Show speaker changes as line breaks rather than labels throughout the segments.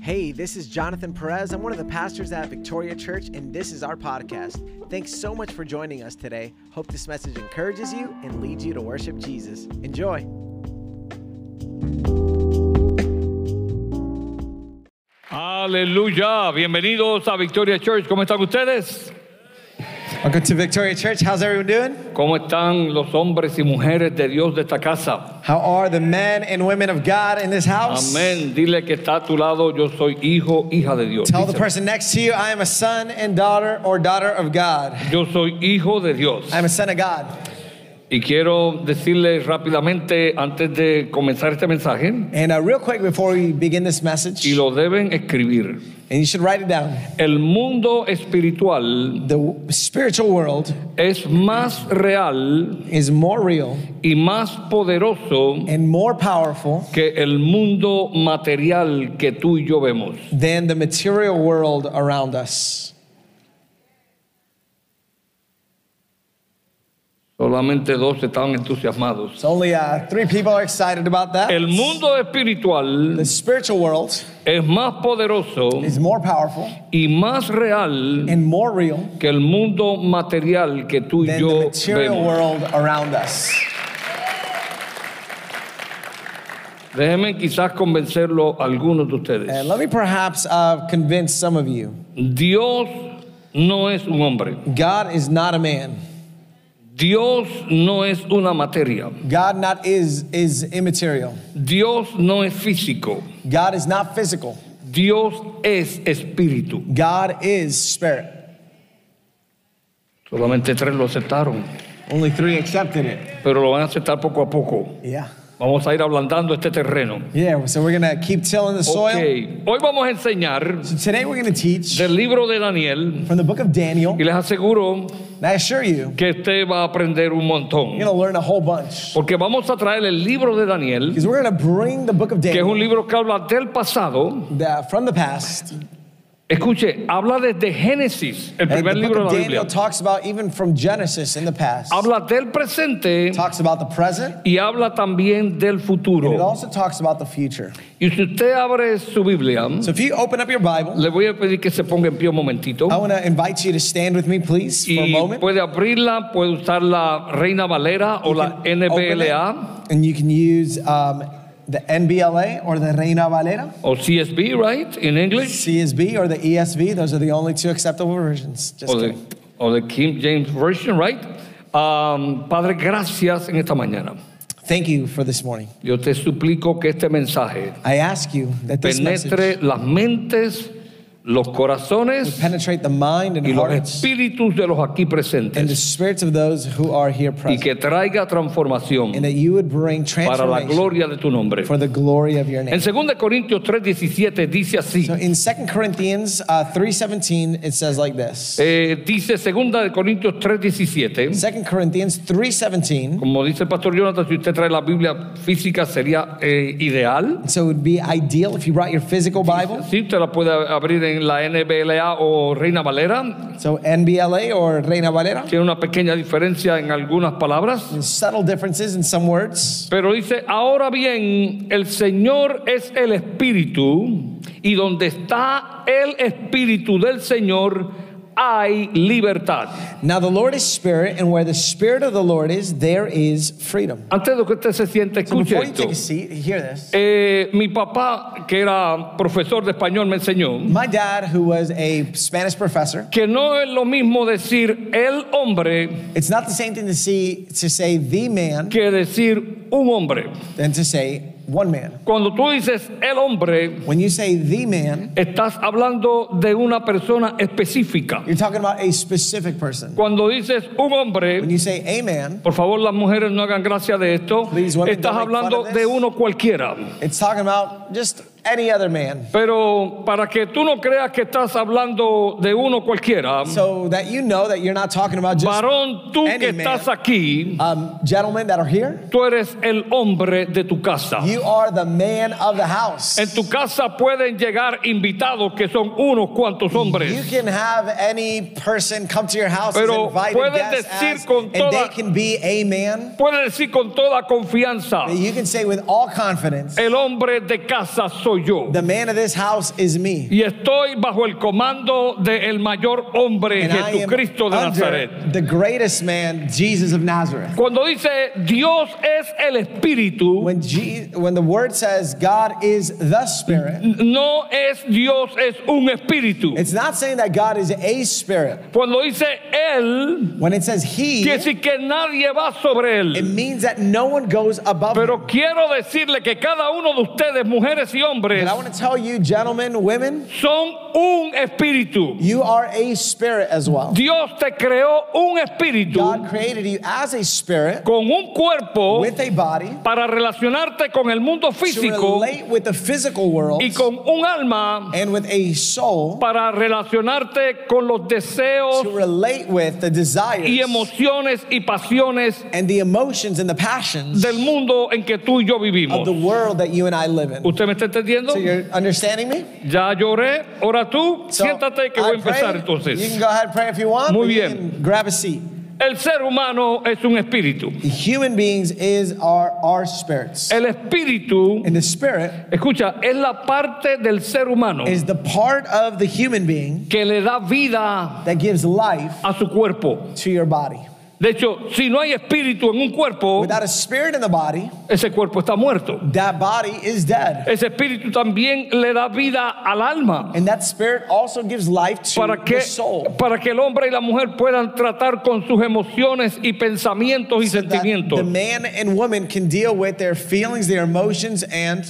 Hey, this is Jonathan Perez. I'm one of the pastors at Victoria Church, and this is our podcast. Thanks so much for joining us today. Hope this message encourages you and leads you to worship Jesus. Enjoy.
Aleluya, bienvenidos a Victoria Church. ¿Cómo están ustedes?
Welcome to Victoria Church. How's everyone doing?
¿Cómo están los hombres y mujeres de Dios de esta casa?
How are the men and women of God in this house?
Amén. Dile que está a tu lado, yo soy hijo, hija de Dios.
Tell the
Díselo.
person next to you, I am a son and daughter or daughter of God.
Yo soy hijo de Dios.
I am a son of God.
Y quiero decirles rápidamente antes de comenzar este mensaje,
And uh, real quick before we begin this message,
y lo deben escribir.
and you should write it down.
El mundo espiritual
The w- spiritual world
es más real
is more real
y más poderoso
and more powerful
que el mundo material que tú y yo vemos.
than the material world around us.
Solamente dos estaban entusiasmados.
So only uh, three people are excited about that.
El mundo espiritual
The spiritual world
es más poderoso
is more powerful
y más real
and more real
que el mundo material que tú y
than the
yo
material
vemos.
world around us.
Déjenme quizás convencerlo a algunos de
And
ustedes.
let me perhaps uh, convince some of you
Dios no es un hombre.
God is not a man,
Dios no es una materia.
God not is, is immaterial,
Dios no es físico.
God is not physical,
Dios es espíritu.
God is spirit.
Solamente tres lo aceptaron,
Only three accepted it.
pero lo van a aceptar poco a poco.
Yeah.
Vamos a ir ablandando este terreno.
Yeah, so we're going to keep tilling the soil.
Ok,
em,
hoy vamos a enseñar
So today we're going to teach
del libro de Daniel
from the book of Daniel.
y les aseguro
And I assure you,
que usted va a aprender un montón.
you're going to learn a whole bunch.
Porque vamos a traer el libro de Daniel,
Because we're going to bring the book of
que es
Daniel
un libro que habla del pasado.
that- from the past.
Escuche, habla desde Génesis, el
And the
primer
book
libro
of
de la Biblia.
Daniel talks about even from Genesis in the past.
Habla del presente
Talks about the present.
y habla también del
And it
futuro.
also talks about the future.
Y si usted abre su Biblia,
So if you open up your Bible,
le voy a pedir que se ponga en pie un momentito.
I want to invite you to stand with me, please, for a
Y
moment.
puede abrirla, puede usar la Reina Valera o
You
la
can open it,
NBLA.
and you can use um, the NBLA or the Reina Valera,
or CSB, right, in English,
CSB or the ESV. Those are the only two acceptable versions. Just
or
kidding.
the, or the King James Version, right? Um, Padre, gracias en esta mañana.
Thank you for this morning.
Yo te suplico que este mensaje
I ask you that this message
penetre las mentes, los corazones
penetrate the mind and
y los
hearts
espíritus de los aquí
and the
presentes
spirits of those who are here
y
present,
que traiga transformación
and that you would bring
para la
transformation
gloria de tu nombre.
for the glory of your
En
name.
2 Corintios 3:17 dice así.
So in 2 Corinthians uh, 3.17, it says like this.
eh, dice 2 Corintios 3:17.
2 Corinthians 3.17,
Como dice el pastor Jonathan, si usted trae la Biblia física sería eh, ideal.
so it would be ideal if you brought your physical Bible,
Sí, usted la puede abrir en la NBLA o Reina Valera.
so NBLA or Reina Valera.
Tiene una pequeña diferencia en algunas palabras.
There's subtle differences in some words.
Pero dice, ahora bien, el Señor es el Espíritu y donde está el Espíritu del Señor hay libertad.
Now the Lord is spirit, and where the spirit of the Lord is, there is freedom.
Antes de que usted se siente,
So
escuche
before you
esto.
take a seat, hear this.
Eh, mi papá, que era profesor de español, me enseñó
My dad, who was a Spanish professor,
que no es lo mismo decir el hombre
It's not the same thing to see to say the man
que decir un hombre.
than to say one man.
Cuando tú dices el hombre,
When you say the man,
estás hablando de una persona específica.
you're talking about a specific person.
Cuando dices un
When
hombre,
you say a man,
por favor las mujeres no hagan gracia de esto,
Please, women,
estás
don't make fun
hablando
of this.
de uno cualquiera.
it's talking about just any other man.
Pero para que tú no creas que estás hablando de uno cualquiera,
So that you know that you're not talking about just
varón, tú
any
que
man.
estás aquí,
um, gentlemen that are here.
tú eres el hombre de tu casa.
You are the man of the house.
En tu casa pueden llegar invitados que son unos cuantos
You
hombres.
can have any person come to your house
Pero
as invited
puedes
guest
decir
as,
con
and they
toda-
can be a man.
Puedes decir con toda confianza,
You can say with all confidence,
el hombre de casa soy soy yo.
The man of this house is me.
Y estoy bajo el comando del mayor hombre
And I am
Jesucristo de Nazaret.
under the greatest man, Jesus of Nazareth.
Cuando dice Dios es el Espíritu,
When, Je- when the word says God is the Spirit,
no es Dios, es un Espíritu.
it's not saying that God is a Spirit.
Cuando dice Él,
When it says He,
quiere decir que nadie va sobre
it
Él.
means that no one goes above Him.
Pero quiero decirle que cada uno de ustedes, mujeres y hombres,
But I want to tell you, gentlemen, women,
son un Espíritu.
you are a Spirit as well.
Dios te creó un Espíritu
God created you as a Spirit
con un cuerpo
with a body
para relacionarte con el mundo
to
físico
relate with the physical world
y con un alma
and with a soul
para relacionarte con los deseos
to relate with the desires
y emociones y pasiones
and the emotions and the passions
del mundo en que tú y yo
of the
vivimos.
world that you and I live in.
¿Usted me está entendiendo?
So you're understanding me?
Ya lloré, ahora tú,
So
siéntate que voy a
I prayed.
empezar
You can
entonces.
go ahead and pray if you want.
Muy
or you
bien.
can grab a seat.
El ser humano es un espíritu.
Human beings is our, our spirits.
El espíritu,
And the spirit
escucha, es la parte del ser humano
is the part of the human being
que le da vida
that gives life
a su cuerpo.
to your body.
De hecho, si no hay espíritu en un cuerpo,
Without a spirit in the body,
ese cuerpo está muerto.
that body is dead.
Ese espíritu también le da vida al alma.
And that spirit also gives life to
para que,
the soul.
para que el hombre y la mujer puedan tratar con sus emociones y pensamientos y
That
sentimientos.
the man and woman can deal with their feelings, their emotions, and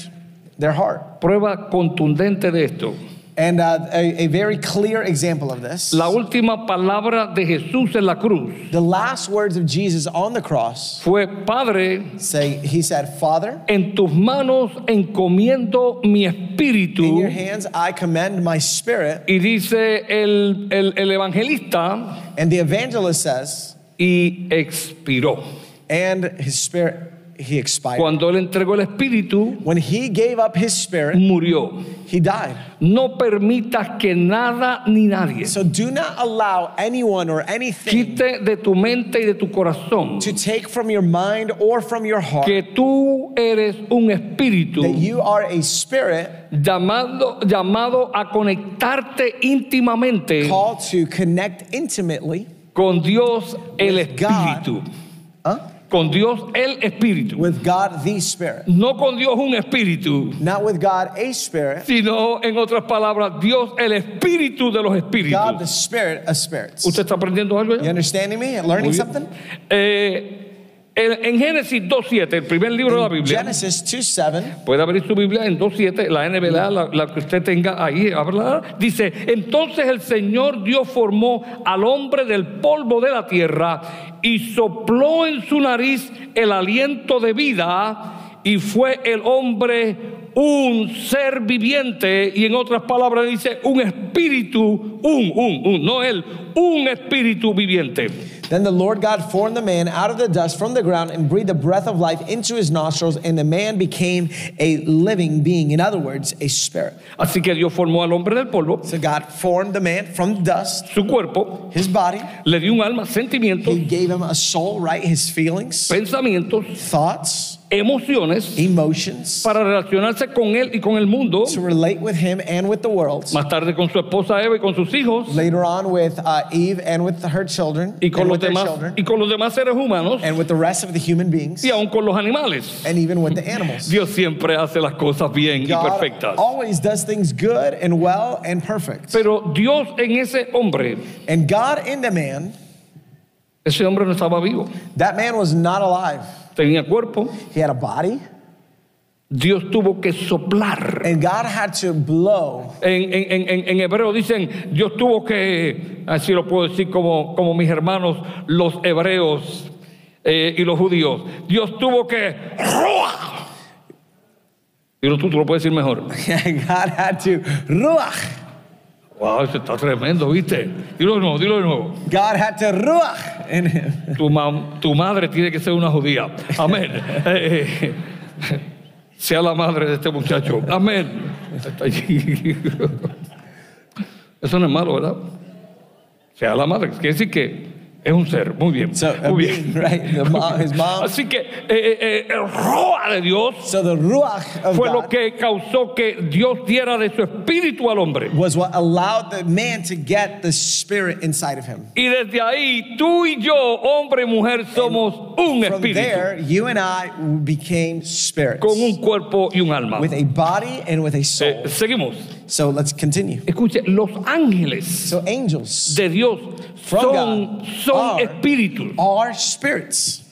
their heart.
Prueba contundente de esto.
And uh, a, a very clear example of this
La última palabra de Jesús en la cruz
the last words of Jesus on the cross
fue, Padre,
say, He said, Father,
en tus manos encomiendo mi
in
espíritu.
your hands I commend my spirit.
Y dice el, el- el evangelista,
And the evangelist says,
y expiró.
and his spirit, he expired.
Cuando él entregó el espíritu,
When he gave up his spirit,
murió.
he died.
No permitas que nada ni nadie
So do not allow anyone or anything
quite de tu mente y de tu corazón
to take from your mind or from your heart
que tú eres un espíritu
that you are a spirit
llamado, llamado a conectarte íntimamente
called to connect intimately
con Dios el
With God.
espíritu.
huh?
Con Dios el espíritu.
with God the spirit.
No con Dios un espíritu,
Not with God a spirit,
sino en otras palabras, Dios el espíritu de los
God the
espíritus.
spirit of spirits.
¿Usted está aprendiendo algo?
You
ya?
understanding me? and
Muy
Learning
bien.
something?
Eh, en, en Génesis 2.7, el primer libro de la
In
Biblia.
Genesis 2 7.
Puede abrir su Biblia en 2.7, la NBLA, la, la que usted tenga ahí, ábrala. Dice, entonces el Señor Dios formó al hombre del polvo de la tierra y sopló en su nariz el aliento de vida y fue el hombre un ser viviente y en otras palabras dice un espíritu, un, un, un, no él, un espíritu viviente.
Then the Lord God formed the man out of the dust from the ground and breathed the breath of life into his nostrils, and the man became a living being. In other words, a spirit.
Así que Dios formó al hombre del polvo,
So God formed the man from dust,
su cuerpo,
his body.
le dio un alma, sentimientos,
He gave him a soul, right? His feelings,
pensamientos,
thoughts,
emociones
emotions
para relacionarse con él y con el mundo,
to relate with him and with the world.
más tarde con su esposa Eva y con sus hijos
Later on, with uh, Eve and with her children,
y con
and
los
with their
demás
children,
y con los demás seres humanos
and with the rest of the human beings,
y aún con los animales.
and even with the animals.
Dios siempre hace las cosas bien y
God
perfectas.
always does things good and well and perfect.
Pero Dios en ese hombre,
And God in the man,
ese hombre no estaba vivo,
that man was not alive.
tenía cuerpo.
He had a body,
Dios tuvo que soplar.
and God had to blow.
En, en- en- en- en hebreo dicen, Dios tuvo que, así lo puedo decir como, como mis hermanos, los hebreos eh, y los judíos, Dios tuvo que... ¡ruah! Y lo- tú, tú lo puedes decir mejor.
God had to ruach.
¡Wow! Eso está tremendo, ¿viste? Dilo de nuevo, dilo de nuevo.
God had to ruach in him.
Tu, ma- tu madre tiene que ser una judía. Amén. Eh, eh, sea la madre de este muchacho. Amén. Está allí. Eso no es malo, ¿verdad? Sea la madre. Quiere decir que Es un ser, muy bien.
So a
muy
being,
bien.
right? The mom, his mom.
Así que eh, eh, eh, el roa de Dios
So the ruach of
fue lo
God
que causó que Dios diera de su espíritu al hombre.
was what allowed the man to get the spirit inside of him.
Y desde ahí tú y yo, hombre y mujer, somos un
From
espíritu
there, you and I became spirits
con un cuerpo y un alma.
with a body and with a
Eh,
soul.
seguimos.
So let's continue.
Escuche, los ángeles
So angels
de Dios
From
son,
God
son
are-
espíritus.
are spirits.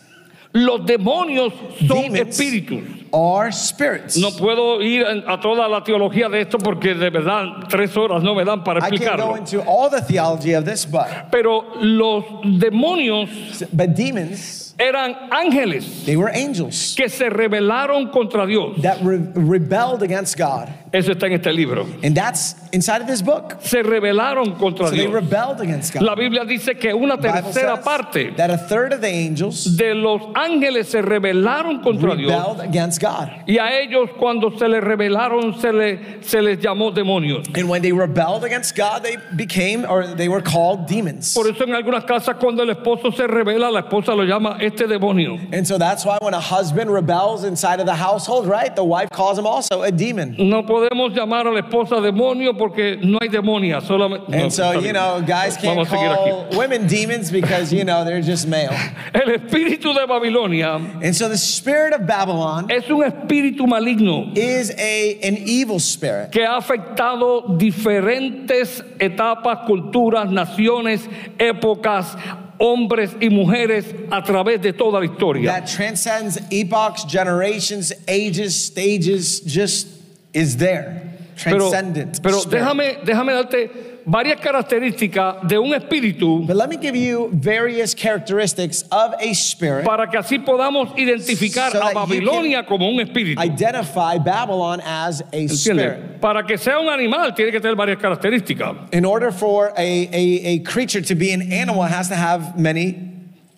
Los demonios son
Demons
espíritus.
are spirits.
No puedo ir en- a toda la teología de esto porque de verdad tres horas no me dan para
I can't go
explicarlo.
into all the theology of this, but
Pero los demonios
but demons,
eran ángeles
they were angels
que se rebelaron contra Dios.
that re- rebelled against God,
Eso está en este libro.
and that's inside of this book.
Se rebelaron contra
So they
Dios.
rebelled against God.
La Biblia dice que una
The Bible
tercera
says
parte
that a third of the angels
de los ángeles se rebelaron contra Dios.
rebelled against God,
Y a ellos cuando se les rebelaron se, le- se les llamó demonios.
and when they rebelled against God, they became or they were called demons.
Por eso en algunas casas cuando el esposo se revela, la esposa lo llama este demonio.
And so that's why when a husband rebels inside of the household, right, the wife calls him also a demon.
No podemos llamar a la esposa demonio porque no hay demonia, solamente... no,
And so,
está
you
bien.
know, guys can't
Vamos a seguir aquí.
call women demons because, you know, they're just male.
El espíritu de Babilonia
And so the spirit of Babylon
es un espíritu maligno
is a, an evil spirit
que ha afectado diferentes etapas, culturas, naciones, épocas, hombres y mujeres a través de toda la historia.
that transcends epochs, generations, ages, stages, just is there.
Pero,
Transcendent.
pero
spirit.
déjame, déjame darte varias características de un espíritu
But let me give you various characteristics of a spirit.
para que así podamos identificar
So
a
that you
Babilonia como un espíritu.
Identify Babylon as a spirit.
¿Entiendes? Para que sea un animal tiene que tener varias características.
In order for a, a, a creature to be an animal, it has to have many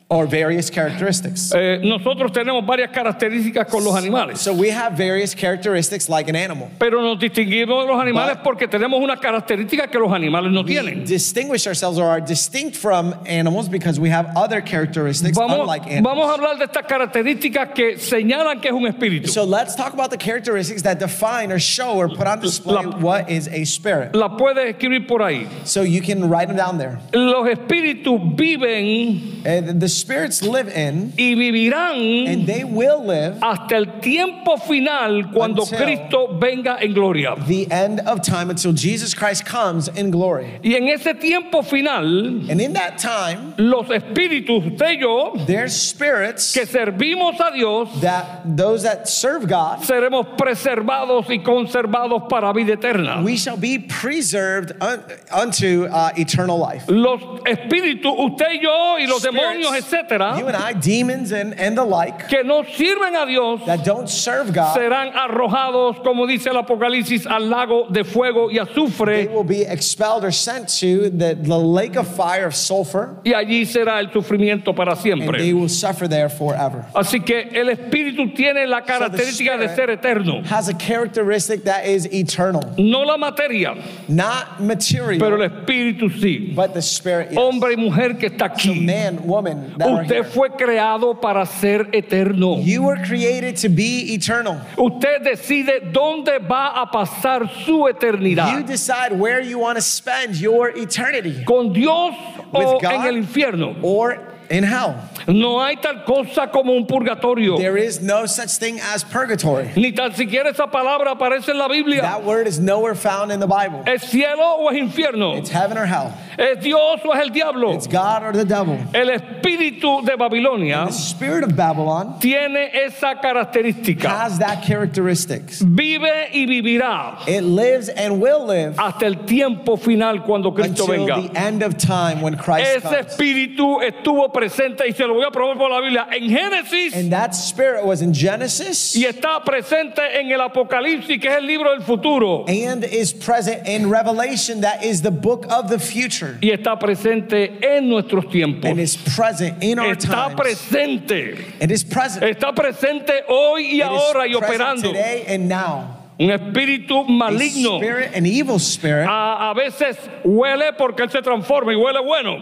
or various characteristics.
Eh, nosotros tenemos varias características con los animales,
So we have various characteristics like an animal.
pero nos distinguimos de los animales
But-
porque tenemos unas características que los animales no tienen.
Distinguish ourselves or are distinct from animals because we have other characteristics
Vamos,
unlike animals.
vamos a hablar de estas características que señalan que es un espíritu.
So let's talk about the characteristics that define or show or put on display
La-
what is a spirit.
La puedes escribir por ahí.
So you can write them down there.
Los espíritus viven
And the spirits live in
y vivirán
and they will live
hasta el tiempo final cuando
Until-
Cristo venga en gloria.
the end of time until Jesus Christ comes in glory.
Y en ese tiempo final,
And in that time,
los espíritus, usted y yo,
their spirits
que servimos a Dios,
that those that serve God,
seremos preservados y conservados para vida eterna.
we shall be preserved un- unto uh, eternal life.
Los espíritus, usted y yo, y los demonios,
Spirits,
etcétera,
You and I, demons and, and the like,
que no sirven a Dios,
that don't serve God,
serán arrojados, como dice el Apocalipsis, al lago de fuego y
they
azufre,
will be expelled or sent to the, the lake of fire of sulfur,
y allí será el sufrimiento para
and they
siempre.
will suffer there forever.
Así que el espíritu tiene la característica de ser eterno,
Has a characteristic that is eternal,
no la materia,
not
pero el
material,
espíritu sí.
but the spirit. Yes.
Hombre y mujer que está
So
aquí,
man, woman, that are
usted
here.
fue creado para ser eterno.
You were created to be eternal.
Usted decide dónde va a pasar su
You
eternidad.
decide where you want to spend your eternity.
¿Con Dios o
With God?
en el infierno?
or in hell.
No hay tal cosa como un purgatorio.
There is no such thing as purgatory.
Ni tan siquiera esa palabra aparece en la Biblia.
That word is nowhere found in the Bible.
¿Es cielo o es infierno?
It's heaven or hell.
¿Es Dios o es el diablo?
It's God or the devil.
El espíritu de Babilonia
The spirit of Babylon
tiene esa característica.
has that characteristics.
Vive y vivirá
It lives and will live
hasta el tiempo final cuando Ah, Cristo
until
venga.
the end of time when Christ
Ese
comes.
espíritu estuvo presente y se lo voy a probar por la Biblia en Génesis
And that spirit was in Genesis
y está presente en el Apocalipsis, que es el libro del futuro,
and is present in Revelation, that is the book of the future,
y está presente en nuestros tiempos.
and is present in our
Está
times.
presente,
It is present.
está presente hoy y
It is
ahora y
present
operando.
today and now.
Un espíritu maligno. Ah.
A spirit, an evil spirit
A, a veces huele porque él se transforma y huele bueno.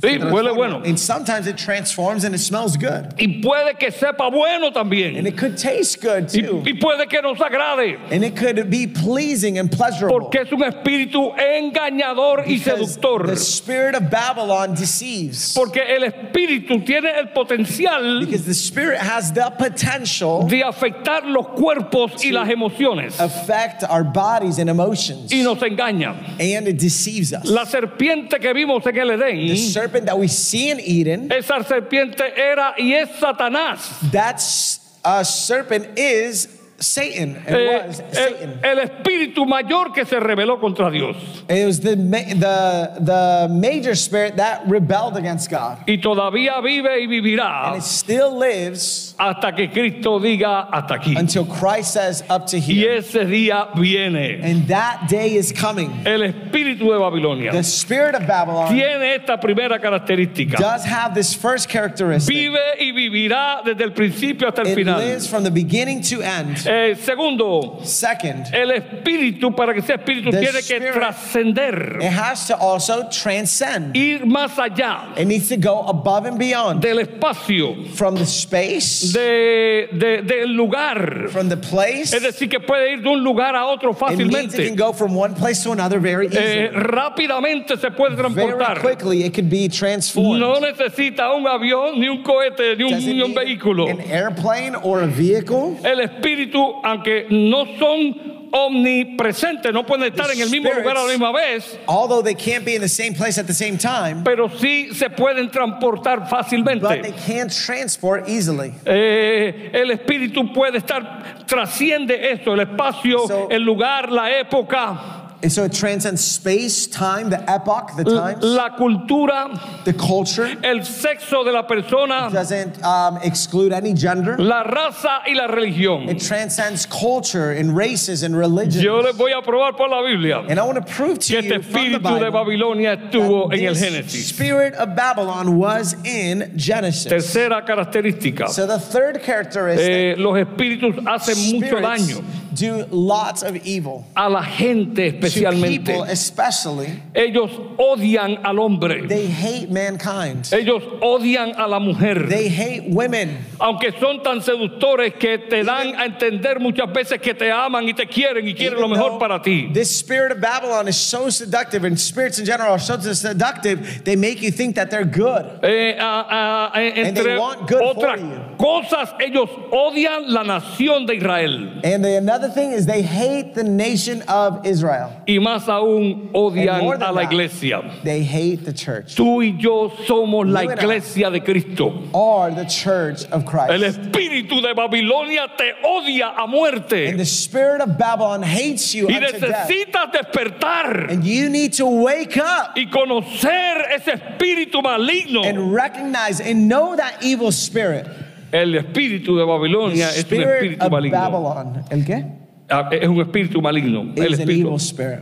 Sí, huele bueno.
And sometimes it transforms and it smells good.
Y puede que sepa bueno
And
también.
it could taste good too.
Y, y puede que nos agrade.
And it could be pleasing and pleasurable.
Porque es un espíritu engañador y
Because
seductor.
The spirit of Babylon deceives.
Porque el espíritu tiene el potencial
Because the spirit has the potential
de afectar los cuerpos y las emociones.
affect our bodies and emotions.
Y nos engaña.
And it deceives us.
La serpiente que vimos en el Edén,
The serpent that we see in Eden,
esa serpiente era y es Satanás.
that s- uh, serpent is Satan. It
Eh,
was Satan.
el, el espíritu mayor que se rebeló contra Dios.
It was the, ma- the, the major spirit that rebelled against God.
Y todavía vive y vivirá
And it still lives
hasta que Cristo diga hasta aquí.
until Christ says, up to
Y
here.
ese día viene.
And that day is coming.
El espíritu de Babilonia
The spirit of Babylon
tiene esta primera característica.
does have this first characteristic
Vive y vivirá desde el principio hasta el
it
final.
lives from the beginning to end.
Eh, segundo,
Second,
el espíritu, para que ese espíritu,
The
tiene que
spirit-
trascender,
it has to also transcend,
ir más allá
it needs to go above and beyond
del espacio,
from the space,
de, de- del lugar.
from the place.
Es decir, que puede ir de un lugar a otro
It means it
fácilmente.
can go from one place to another very
Eh,
easily.
rápidamente se puede
Very
transportar.
quickly, it could be transformed.
No necesita un avión, ni un cohete, ni un,
Doesn't
ni un
need
vehículo.
an airplane or a vehicle.
El espíritu, aunque no son omnipresentes, no pueden estar en el mismo lugar a la misma vez,
Although they can't be in the same place at the same time,
pero sí se pueden transportar
but they
fácilmente.
can transport easily.
Eh, el espíritu puede estar, trasciende eso, el espacio,
So-
el lugar, la época,
And so it transcends space, time, the epoch, the times,
la cultura,
the culture.
el sexo de la persona,
Doesn't um, exclude any gender.
la raza y la religión.
It transcends culture and races and religions.
Yo les voy a probar por la Biblia
and I want to prove
que
to
este
you from the
espíritu de
Bible
Babilonia estuvo
that
en el
this
Génesis.
spirit of Babylon was in Genesis.
Tercera característica.
So the third characteristic,
Eh, los espíritus hacen Eh, mucho
spirits
daño
do lots of evil
a la gente
to
especialmente.
people, especially.
Ellos odian al hombre.
They hate mankind.
Ellos odian a la mujer.
They hate women.
Aunque son tan seductores que te dan a entender muchas veces que te aman y te quieren y quieren lo
Even
mejor
though
para ti.
This spirit of Babylon is so seductive, and spirits in general are so seductive, they make you think that they're good.
Eh, ah, ah, eh,
And they
entre
want good for
otras
you.
cosas, ellos odian la nación de Israel
And the, another thing is they hate the nation of Israel.
y más aún odian
And more than
a la
that,
iglesia.
They hate the church
Tú y yo somos la
You and I.
iglesia de Cristo.
or the church
El
of Christ.
espíritu de Babilonia te odia a
And
muerte
the spirit of Babylon hates you
y
unto death.
necesitas despertar
And you need to wake up
y conocer ese espíritu maligno.
and recognize and know that evil spirit.
El espíritu de
The
Babilonia es un
spirit
espíritu
of
maligno.
Babylon. ¿El qué?
Ah, Es un espíritu maligno. El
Is an
espíritu.
evil spirit.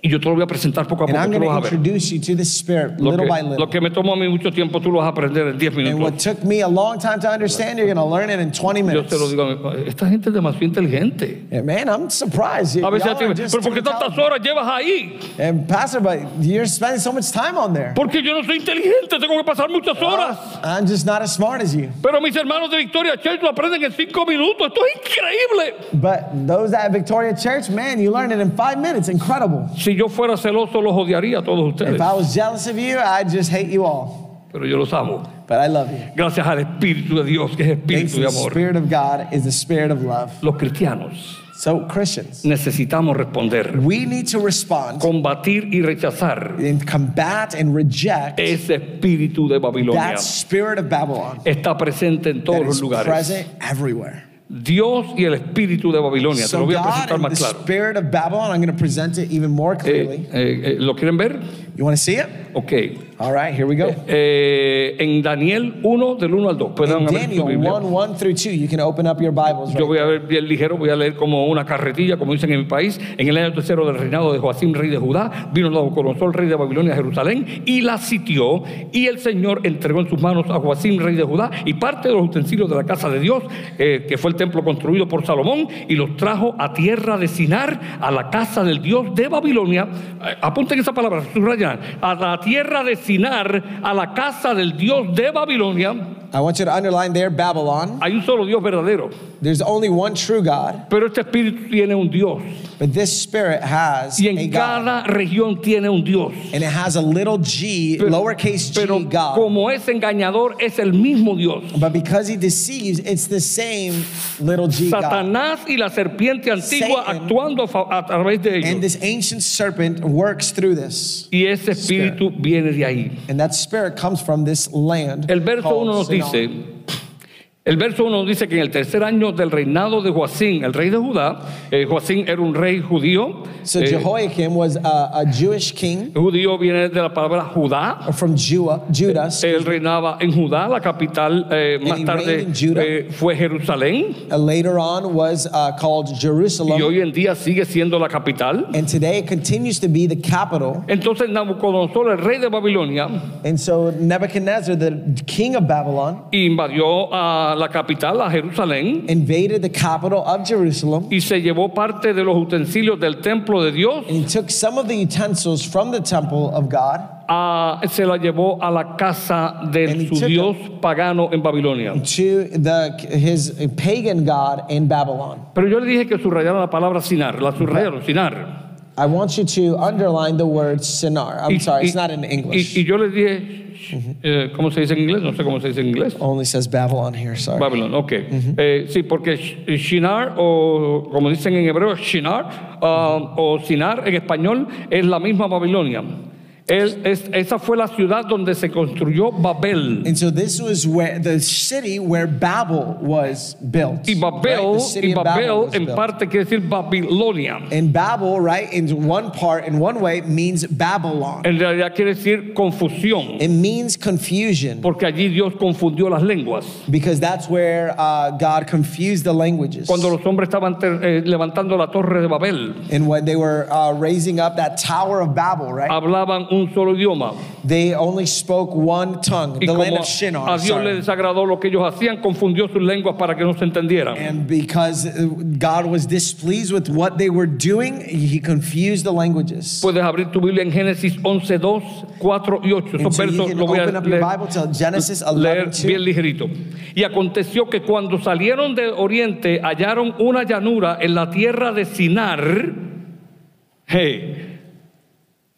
Y yo te lo voy a presentar poco a
And
poco.
I'm
Tú
going
lo
to
vas a ver.
introduce you to this spirit
Lo
little by
que, lo
little.
que me tomó a mí mucho tiempo, tú lo vas a aprender en 10
And what
minutos.
took me a long time to understand, you're going to learn it in 20
Yo te lo
minutes.
digo a mi padre. Esta gente es demasiado inteligente.
Yeah, man, I'm surprised. You,
A veces
y'all
a ti,
are just
pero ¿por qué
too
tantas
intelligent.
horas llevas ahí?
And Pastor, but you're spending so much time on there.
Porque yo no soy inteligente, tengo que pasar
Ah.
muchas horas.
I'm just not as smart as you.
Pero mis hermanos de Victoria Church lo aprenden en cinco minutos. Esto es increíble.
But those at Victoria Church, man, you learn it in five minutes. Incredible.
Si yo fuera celoso, los odiaría a todos ustedes.
If I was jealous of you, I'd just hate you all.
Pero yo los amo.
But I love you.
Gracias al Espíritu de Dios, que es
Thanks
Espíritu
to
de
the
amor.
Spirit of God is the Spirit of love.
Los cristianos
So, Christians,
necesitamos responder,
we need to respond
combatir y rechazar
and combat and reject
ese espíritu de Babilonia.
that spirit of Babylon
Está presente en todos
that
los
is
lugares.
present everywhere.
Dios y el espíritu de Babilonia. Te lo
So,
voy a
God
presentar
and the
más claro.
spirit of Babylon, I'm going to present it even more
Eh,
clearly.
eh, eh, ¿Lo quieren ver?
You want to see it?
Ok.
All right, here we go.
Eh, en Daniel 1, del 1 al 2. Pueden
In
abrir su
Daniel
Biblia.
1 1 through 2, you can open up your Bibles.
Yo
Right?
voy a ver bien ligero, voy a leer como una carretilla, como dicen en mi país. En el año tercero del reinado de Joacim, rey de Judá, vino Nabucodonosor, rey de Babilonia, a Jerusalén, y la sitió. Y el Señor entregó en sus manos a Joacim, rey de Judá, y parte de los utensilios de la casa de Dios, eh, que fue el templo construido por Salomón y los trajo a tierra de Sinar, a la casa del dios de Babilonia. Eh, Apunten esa palabra, subrayan. A la tierra de Sinar, a la casa del dios de Babilonia.
I want you to underline there Babylon.
Hay un solo Dios verdadero.
There's only one true God,
Pero este espíritu tiene un Dios.
but this spirit has
Y
a
en
God.
cada región tiene un Dios.
And it has a little g, lowercase
Pero
g, God.
como es engañador, es el mismo Dios.
But because he deceives, it's the same little g, God.
Satanás y la serpiente antigua
Satan
actuando a, fa- a través de
And
ellos.
this ancient serpent works through this.
Y ese espíritu viene de ahí.
And that spirit comes from this land.
El verso
called
1 nos
Sidon.
dice, el verso 1 dice que en el tercer año del reinado de Joacín, el rey de Judá, eh, Joacín era un rey judío.
So
eh,
Jehoiakim was a, a Jewish king
judío viene de la palabra Judá,
from Jua, Judah. excuse
Él reinaba en Judá, la capital. eh, más
he
tarde
reigned in Judah.
eh, fue Jerusalén
Uh, later on was uh, called Jerusalem,
y hoy en día sigue siendo la capital.
and today it continues to be the capital.
Entonces Nabucodonosor, el rey de Babilonia,
And so Nebuchadnezzar, the king of Babylon,
invadió a la capital, a Jerusalén,
invaded the capital of Jerusalem,
y se llevó parte de los utensilios del templo de Dios,
and he took some of the utensils from the temple of God
a- se la llevó a la casa de
And he
su
took
dios pagano en Babilonia.
to the his pagan god in Babylon.
Pero yo le dije que subrayara la palabra Sinar, la subrayaron, Sinar.
I want you to underline the word Sinar. I'm
Y-
sorry, it's
y-
not in English.
Y, y yo les dije, eh, ¿cómo se dice en inglés? No sé cómo se dice en inglés.
Only says Babylon here. Sorry.
Babylon, ok. Eh, sí, porque Sh- Shinar, o como dicen en hebreo, Shinar, ah, o Sinar en español, es la misma Babilonia. Es- es- esa fue la ciudad donde se construyó Babel.
And so this was where the city where Babel was built.
Y Babel,
right? The city
y
of
Babel
was
en
built.
parte quiere decir Babilonia.
And Babel, right, in one part, in one way, means Babylon.
En realidad quiere decir confusión,
It means confusion
porque allí Dios confundió las lenguas.
because that's where uh, God confused the languages.
Cuando los hombres estaban ter- eh, levantando la torre de Babel,
And when they were uh, raising up that Tower of Babel, right,
hablaban un solo idioma.
they only spoke one tongue,
Ah. Y
the land
como
of Shinar.
a Dios le
sorry.
desagradó lo que ellos hacían, confundió sus lenguas para que no se entendieran.
And because uh, God was displeased with what they were doing, he confused the languages.
Puedes abrir tu Biblia en Génesis 11, 2, 4 y 8.
And
Esos
so you
versos
can
lo voy a
open up your
leer,
Bible to Genesis
leer
11
bien
2.
ligerito. Y aconteció que cuando salieron de Oriente hallaron una llanura en la tierra de Sinar. Hey,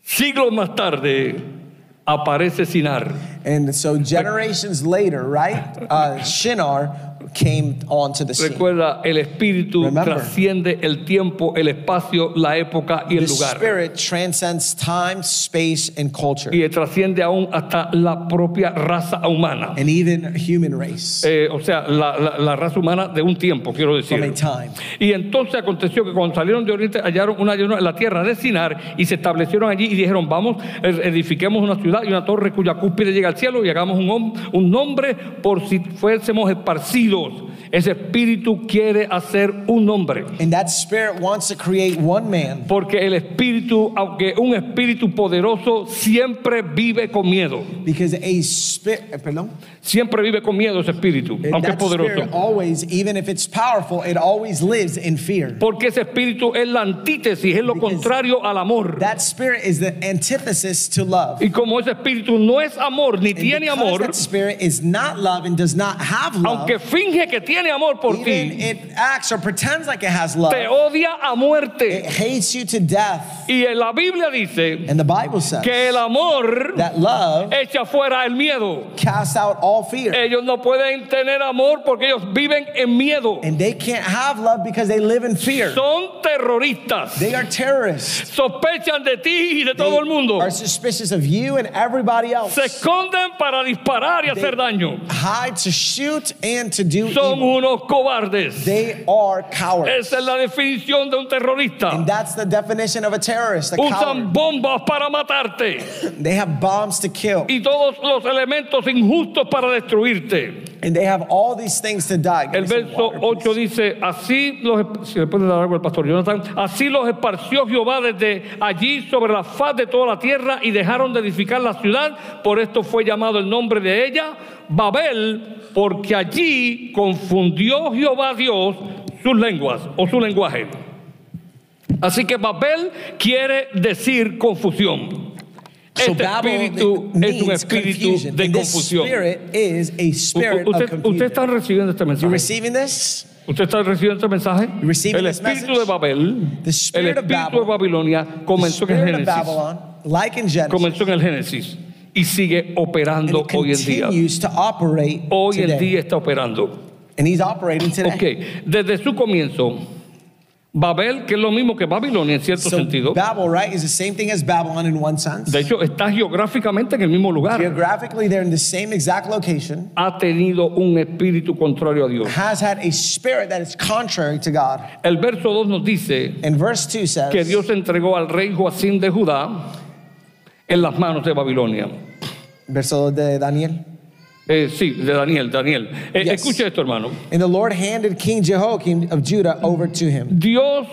siglos más tarde aparece Sinar.
And so generations later, right, uh, Shinar came onto the scene.
Recuerda, el espíritu
Remember.
trasciende el tiempo, el espacio, la época y el
The
lugar.
spirit transcends time, space, and culture,
Y trasciende aún hasta la propia raza humana.
and even human race
Eh, o sea, la, la- la raza humana de un tiempo, quiero
from a
decir.
time.
Y entonces aconteció que cuando salieron de Oriente hallaron una llanura en la tierra de Sinar y se establecieron allí y dijeron, vamos, eh, edifiquemos una ciudad y una torre cuya cúspide llega al cielo y hagamos un, hom- un nombre por si fuésemos esparcidos. Ese espíritu quiere hacer un nombre.
And that spirit wants to create one man
Porque el espíritu, aunque un espíritu poderoso, siempre vive con miedo.
because a spirit, perdón,
Siempre vive con miedo ese espíritu, aunque es
that
poderoso.
spirit always, even if it's powerful, it always lives in fear.
Porque ese espíritu es la antítesis, es lo
Because
contrario al amor.
That spirit is the antithesis to love.
Y como ese espíritu no es amor ni
And
tiene
because
amor,
that spirit is not love and does not have love.
aunque finge que tiene amor por
Even
ti,
it acts or pretends like it has love. eh,
te odia a
It
muerte.
hates you to death.
Y en la Biblia dice
And the Bible says
que el amor
that love
echa fuera el miedo.
casts out all fear.
Ellos no pueden tener amor porque ellos viven en miedo.
and they can't have love because they live in fear.
Son terroristas.
they are terrorists.
Sospechan de ti y de todo el mundo.
They are suspicious of you and everybody else.
Se esconden para disparar y hacer daño.
Hide to shoot and to do
Son
evil.
unos cobardes.
They are cowards.
Esa es la definición de un terrorista.
and that's the definition of a terrorist, a
Usan
coward.
bombas para matarte
They have bombs to kill.
y todos los elementos injustos para destruirte.
And they have all these things to die. Give
El
me some
verso
water, please.
8 dice, así los, esp- si le pueden dar algo al pastor Jonathan, así los esparció Jehová desde allí sobre la faz de toda la tierra y dejaron de edificar la ciudad, por esto fue llamado el nombre de ella Babel, porque allí confundió Jehová Dios sus lenguas o su lenguaje. Así que Babel quiere decir confusión.
So
Este espíritu
Babel
es un
means
espíritu
confusion.
de
and this
confusión.
spirit is a spirit
U-
of
Usted, usted
confusion.
está recibiendo este
You
mensaje.
receiving this?
Usted está recibiendo este mensaje.
You receiving
El
this
espíritu
message?
de Babel, el
The spirit
espíritu
of Babel,
de Babilonia
The
comenzó en el
spirit of
Génesis.
Babylon, like in Genesis,
Comenzó en el Génesis y sigue
and
operando
it
hoy en día.
continues to operate
Hoy en
today.
día está operando.
And he's operating today.
Ok, desde su comienzo, Babel, que es lo mismo que Babilonia en cierto
So
sentido,
Babel, right, is the same thing as Babylon in one sense.
de hecho está geográficamente en el mismo lugar,
Geographically, they're in the same exact location.
ha tenido un espíritu contrario a Dios.
Has had a spirit that is contrary to God.
El verso 2 nos dice
And verse 2 says,
que Dios entregó al rey Joacín de Judá en las manos de Babilonia.
verso de Daniel.
Eh, sí, de Daniel, Daniel. Eh,
Yes.
Escucha esto, hermano.
And the Lord handed King Jehoiakim of Judah over to him.
Dios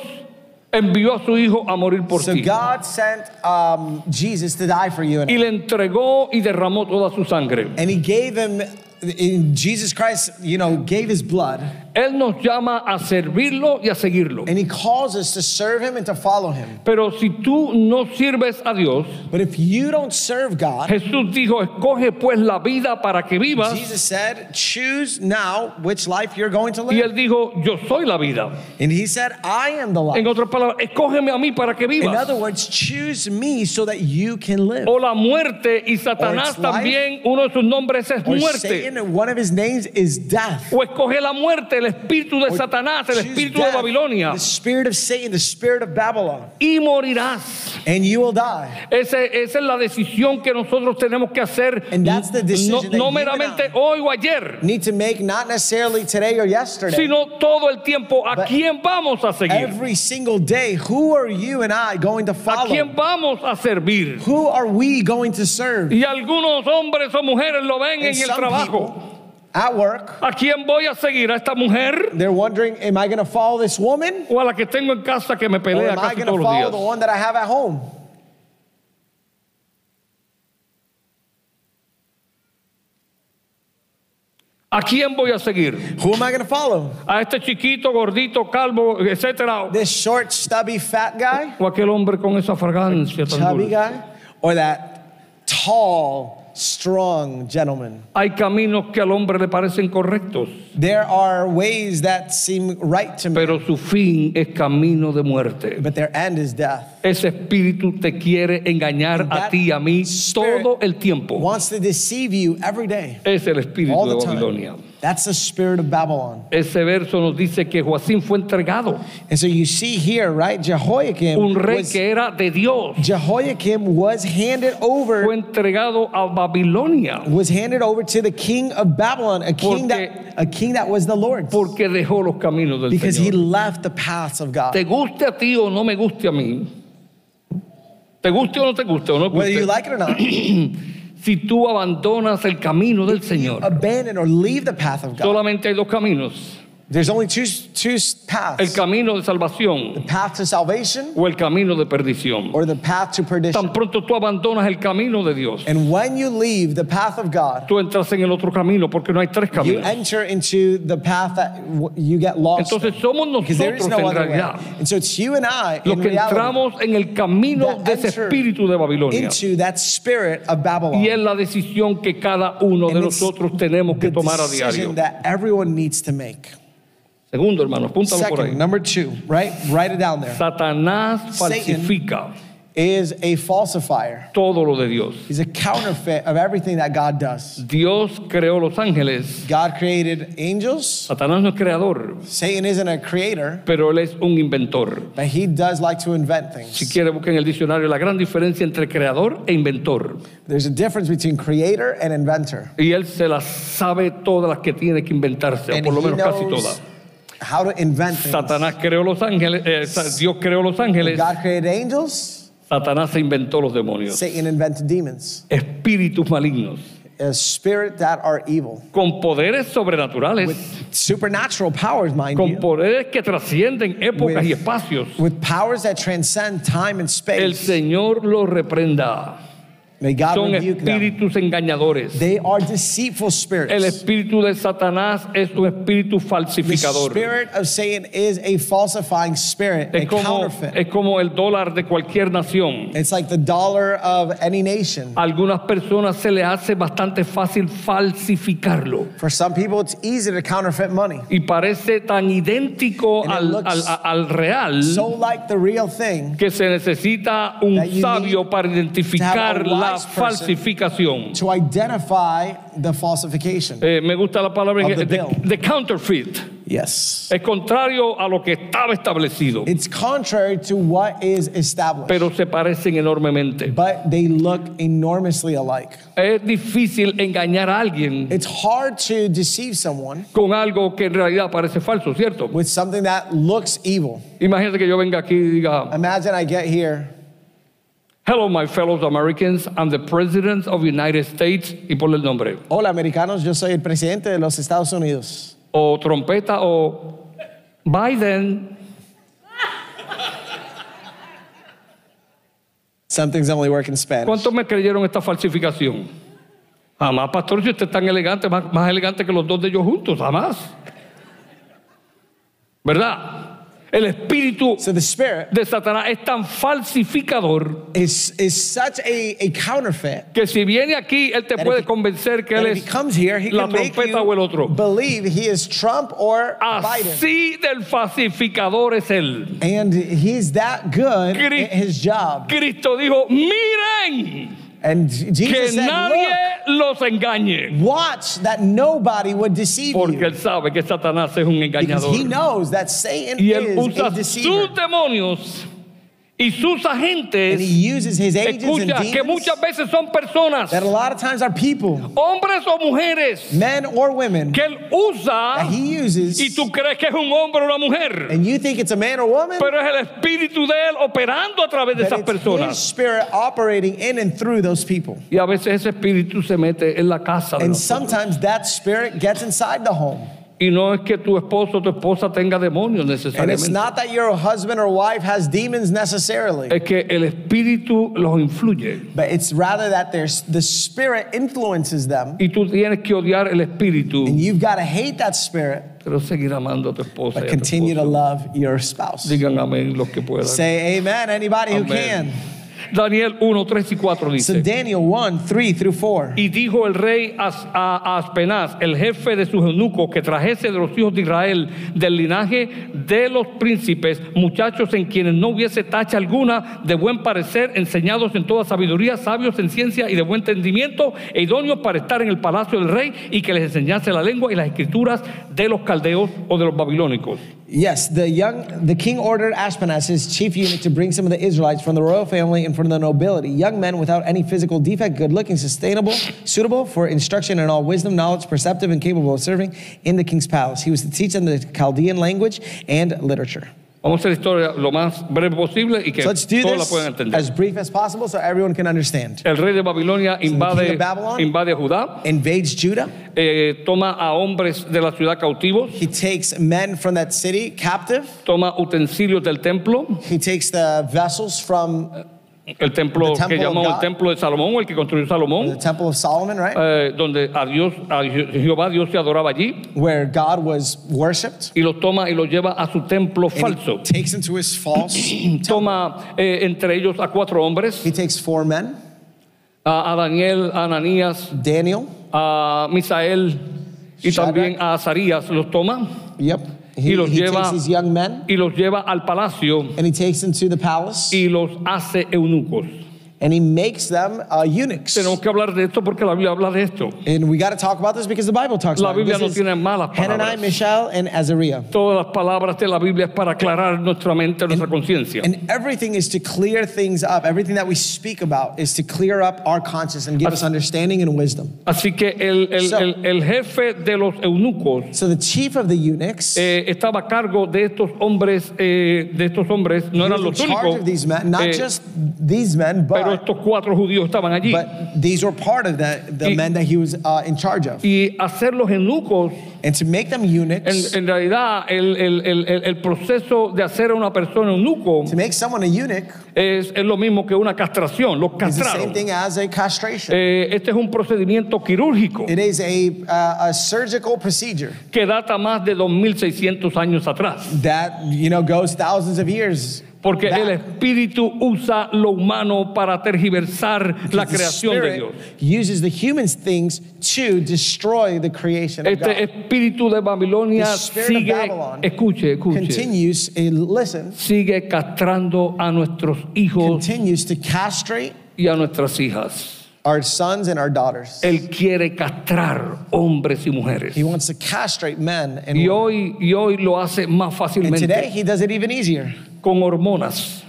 envió a su hijo a morir por
So
ti.
God sent um, Jesus to die for you,
Y
and,
le entregó y derramó toda su sangre.
and He gave Him, in Jesus Christ, you know, gave His blood,
Él nos llama a servirlo y a seguirlo.
and He calls us to serve Him and to follow Him.
Pero si tú no sirves a Dios,
But if you don't serve God,
Jesús dijo, escoge pues la vida para que vivas.
Jesus said, "Choose now which life you're going to
Y
live."
él dijo, yo soy la vida.
And He said, "I am the
En
life."
otras palabras, escógeme a mí para que
In other
vivas.
words, choose Me so that you can live.
O la muerte y Satanás
life.
también, uno de sus nombres es
Or
muerte.
Satan, one of His names is death.
O escoge la muerte, el espíritu de
Or
Satanás, el
choose
espíritu de
death,
Babilonia.
The spirit of Satan, the spirit of Babylon,
Y morirás.
and you will die.
Ese- esa es la decisión que nosotros tenemos que hacer.
And that's the
No,
decision that
no
you and
meramente
I-
hoy o ayer,
Need to make not necessarily today or yesterday.
sino todo el tiempo. ¿A
But
quién vamos a seguir?
Every single day, who are you and I going to
¿A quién
follow?
vamos a servir?
Who are we going to serve?
Y algunos hombres o mujeres lo ven en
And
el
some
trabajo.
people at work,
¿A quién voy a seguir? ¿A esta mujer
they're wondering, am I going to follow this woman?
o a la que tengo en casa que me
Or
pelea
am I
casi
going to
todos los
follow the
días?
one that I have at home?
¿A quién voy a seguir?
Who am I going to follow?
¿A este chiquito, gordito, calvo, etcétera?
This short, stubby, fat guy?
¿O aquel hombre con esa fragancia tan
Chubby
dulce?
guy? Or that tall, strong gentleman?
Hay caminos que al hombre le parecen correctos,
There are ways that seem right to me,
pero su fin es camino de muerte.
but their end is death.
Ese espíritu te quiere engañar a
that
ti y a mí
spirit
todo el tiempo.
Wants to deceive you every day,
Es el espíritu
all
de
the time.
Babilonia.
That's the spirit of Babylon.
Ese verso nos dice que Joacín fue entregado,
And so you see here, right? Jehoiakim
un rey
was,
que era de Dios,
Jehoiakim was handed over
fue entregado a Babilonia
was handed over to the king of Babylon, a
Porque-
king that a king that was the Lord's.
porque dejó los caminos del
Because he
Señor.
left the paths of God.
Te guste a ti o no me guste a mí, te guste o no te guste o no
Whether you
guste,
like it or not,
si tú abandonas el camino del Señor,
abandon or leave the path of God.
solamente hay dos caminos:
There's only two two
el
paths.
camino de salvación
Path to salvation
o el camino de perdición.
or the path to perdition.
Tan pronto tú abandonas el camino de Dios,
And when you leave the path of God,
tú entras en el otro camino porque no hay tres
you
caminos.
enter into the path that w- you get lost.
Entonces somos nosotros
because there is no
en
other way.
realidad
And so it's you and I
los
in
que
reality,
entramos en el camino
that
de ese
enter
espíritu de Babilonia.
into that spirit of Babylon.
Y es la decisión que cada uno de
And it's
nosotros tenemos que
the
tomar a diario.
decision that everyone needs to make.
Segundo, hermano, apúntalo por
Second,
ahí.
number two, right? Write it down there.
Satanás
Satan-
falsifica
Is a falsifier.
todo lo de Dios.
He's a counterfeit of everything that God does.
Dios creó los ángeles.
God created angels.
Satanás no es creador,
Satan isn't a creator,
pero él es un inventor.
but he does like to invent
Si
things.
quiere, busquen en el diccionario la gran diferencia entre creador e inventor.
There's a difference between creator and inventor.
Y él se las sabe todas las que tiene que inventarse, o
And
por lo
he
menos casi
knows
todas.
How to invent things.
Satanás creó los ángeles, eh, sa- Dios creó los ángeles,
God created angels.
Satanás se inventó los demonios,
Satan invented demons.
espíritus malignos,
A spirit that are evil.
con poderes sobrenaturales,
With supernatural powers, mind
con
you.
poderes que trascienden épocas
With-
y espacios.
With powers that transcend time and
El
space.
Señor los reprenda.
May God
son
rebuke them.
espíritus engañadores.
They are deceitful
El
spirits.
espíritu de Satanás es un espíritu
The
falsificador.
spirit of Satan is a falsifying spirit, a
Es como,
counterfeit.
es como el dólar de cualquier nación.
It's like the dollar of any nation.
A algunas personas se les hace bastante fácil falsificarlo.
For some people, it's easy to counterfeit money.
Y parece tan idéntico
And it
al,
looks
al- al real
So like the real thing
que se necesita un
that you need
sabio para identificar
to have a
la
wise person.
falsificación.
to identify the falsification.
Eh, me gusta la palabra en
Of
de-
the bill.
de counterfeit.
Yes.
Es contrario a lo que estaba establecido,
It's contrary to what is established.
pero se parecen enormemente.
but they look enormously alike.
Es difícil engañar a alguien
It's hard to deceive someone
con algo que en realidad parece falso, ¿cierto?
with something that looks evil.
Imagínate que yo venga aquí y diga,
Imagine I get here
hello my fellow Americans, I'm the President of the United States, y ponle el nombre.
Hola, americanos. Yo soy el presidente de los Estados Unidos.
O trompeta o Biden.
Some things only work in Spanish.
¿Cuántos me creyeron esta falsificación? Jamás, pastor, si usted es tan elegante, más, más elegante que los dos de ellos juntos, jamás. ¿Verdad? El espíritu
So the spirit
de Satanás es tan falsificador
is is such a, a counterfeit
que si viene aquí, él te
That
puede
if he-
convencer que
that
él
if
es
he comes here, he
la
can make
trompeta o el otro.
you believe he is Trump or Biden.
Así del falsificador es él.
And he's that good
Cri-
at his job.
Cristo dijo, miren,
And Jesus
que
said,
nadie los
look,
engañe.
watch that nobody would deceive
Porque
you.
él sabe que Satanás es un
Because
engañador.
he knows that Satan
Y él
is a
usa
deceiver.
sus demonios y sus
And he
agentes.
uses his agents and
Escucha, que
demons
muchas veces son personas,
that a lot of times are people,
hombres o mujeres,
men or women,
que él usa
that he uses.
y tú crees que es un hombre o una mujer.
And you think it's a man or woman,
Pero es el espíritu de él operando a través de
but
esas
it's his
personas.
spirit operating in and through those people.
Y a veces ese espíritu se mete en la casa. de
And
nosotros.
sometimes that spirit gets inside the home.
Y no es que tu esposo o tu esposa tenga demonios
And it's
necesariamente.
not that your husband or wife has demons necessarily,
Es que el espíritu los influye.
but it's rather that there's the spirit influences them.
Y tú tienes que odiar el
And
espíritu,
you've got to hate that spirit,
pero seguir amando a tu esposa.
but
y a tu
continue to
esposo.
love your spouse.
Digan amén los que puedan.
Say amen, anybody who
Amén.
can.
Daniel 1, 3 y 4
So
dice.
Daniel 1, 3 through 4.
Y dijo el rey a, a- a Aspenaz, el jefe de sus eunucos, que trajese de los hijos de Israel, del linaje de los príncipes, muchachos en quienes no hubiese tacha alguna, de buen parecer, enseñados en toda sabiduría, sabios en ciencia y de buen entendimiento, e idóneos para estar en el palacio del rey y que les enseñase la lengua y las escrituras de los caldeos o de los babilónicos.
Yes, the young the king ordered Ashpenaz, his chief eunuch, to bring some of the Israelites from the royal family and from the nobility, young men without any physical defect, good looking, sustainable, suitable for instruction in all wisdom, knowledge, perceptive, and capable of serving in the king's palace. He was to teach them the Chaldean language and literature.
Vamos a hacer la historia lo más breve posible y que
So let's do
todos la
this
puedan entender.
as brief as possible so everyone can understand.
El rey de Babilonia
king
invade,
of Babylon-
invade Judá.
Invades Judah.
Eh, toma a hombres de la ciudad cautivos,
He takes men from that city captive.
toma utensilios del templo,
He takes the vessels from
el templo
The temple
que
of
llamamos el
God.
templo de Salomón, el que construyó
the
Salomón,
temple of Solomon, right?
eh, donde a Dios, a Je- Jehová Dios se adoraba allí,
Where God was worshipped.
y los toma y los lleva a su templo
And
falso.
He takes into his false. he
Toma eh, entre ellos a cuatro hombres,
takes four men:
a, a Daniel, a Ananías,
Daniel.
a Misael y
Shadrach.
también a Azarías, los toma
Yep.
Y
He,
los
he
lleva-
takes his young men
y los lleva al palacio
and he takes them to the palace
y los hace eunucos.
and he makes them uh, eunuchs.
Tenemos que hablar de esto porque la Biblia habla de esto.
And we got to talk about this because the Bible talks
La
about
Biblia
it.
no
This is
tiene malas
Hananiah,
palabras.
Mishael, and Azariah.
Todas las palabras de la Biblia es para aclarar nuestra mente, nuestra conciencia.
And everything is to clear things up. Everything that we speak about is to clear up our conscience and give us understanding and wisdom.
Así que el, el-
So-
el- el jefe de los eunucos
So the chief of the eunuchs,
eh, estaba a cargo de estos hombres, eh, de estos hombres, no
he
eran
was in
los
charge
únicos,
of these men, not
eh,
just these men, but
pero
tribe.
estos cuatro judíos estaban allí.
But these were part of the, the
Y-
men that he was uh, in charge of.
y hacerlos eunucos,
And to make them
en,
eunuchs,
en realidad, el, el- el- el- el proceso de hacer a una persona eunuco
to make someone a eunuch
es, es lo mismo que una castración, los
is the
castraron.
same thing as a castration.
Eh, este es un procedimiento quirúrgico
It is a, uh, a surgical procedure
que data más de 2.600 años atrás,
that, you know, goes thousands of years.
porque
back.
el espíritu usa lo humano para tergiversar la
The
creación de
Spirit
Dios.
uses the human things to destroy the creation of
Este
God.
espíritu de Babilonia
The spirit of
sigue,
Babylon
escuche, escuche,
Continues, eh, listen,
sigue castrando a nuestros hijos
continues to castrate
y a nuestras hijas.
our sons and our daughters.
Él quiere castrar hombres y mujeres.
He wants to castrate men and
Y
women.
hoy, y hoy lo hace más
And
fácilmente
today he does it even easier
con hormonas.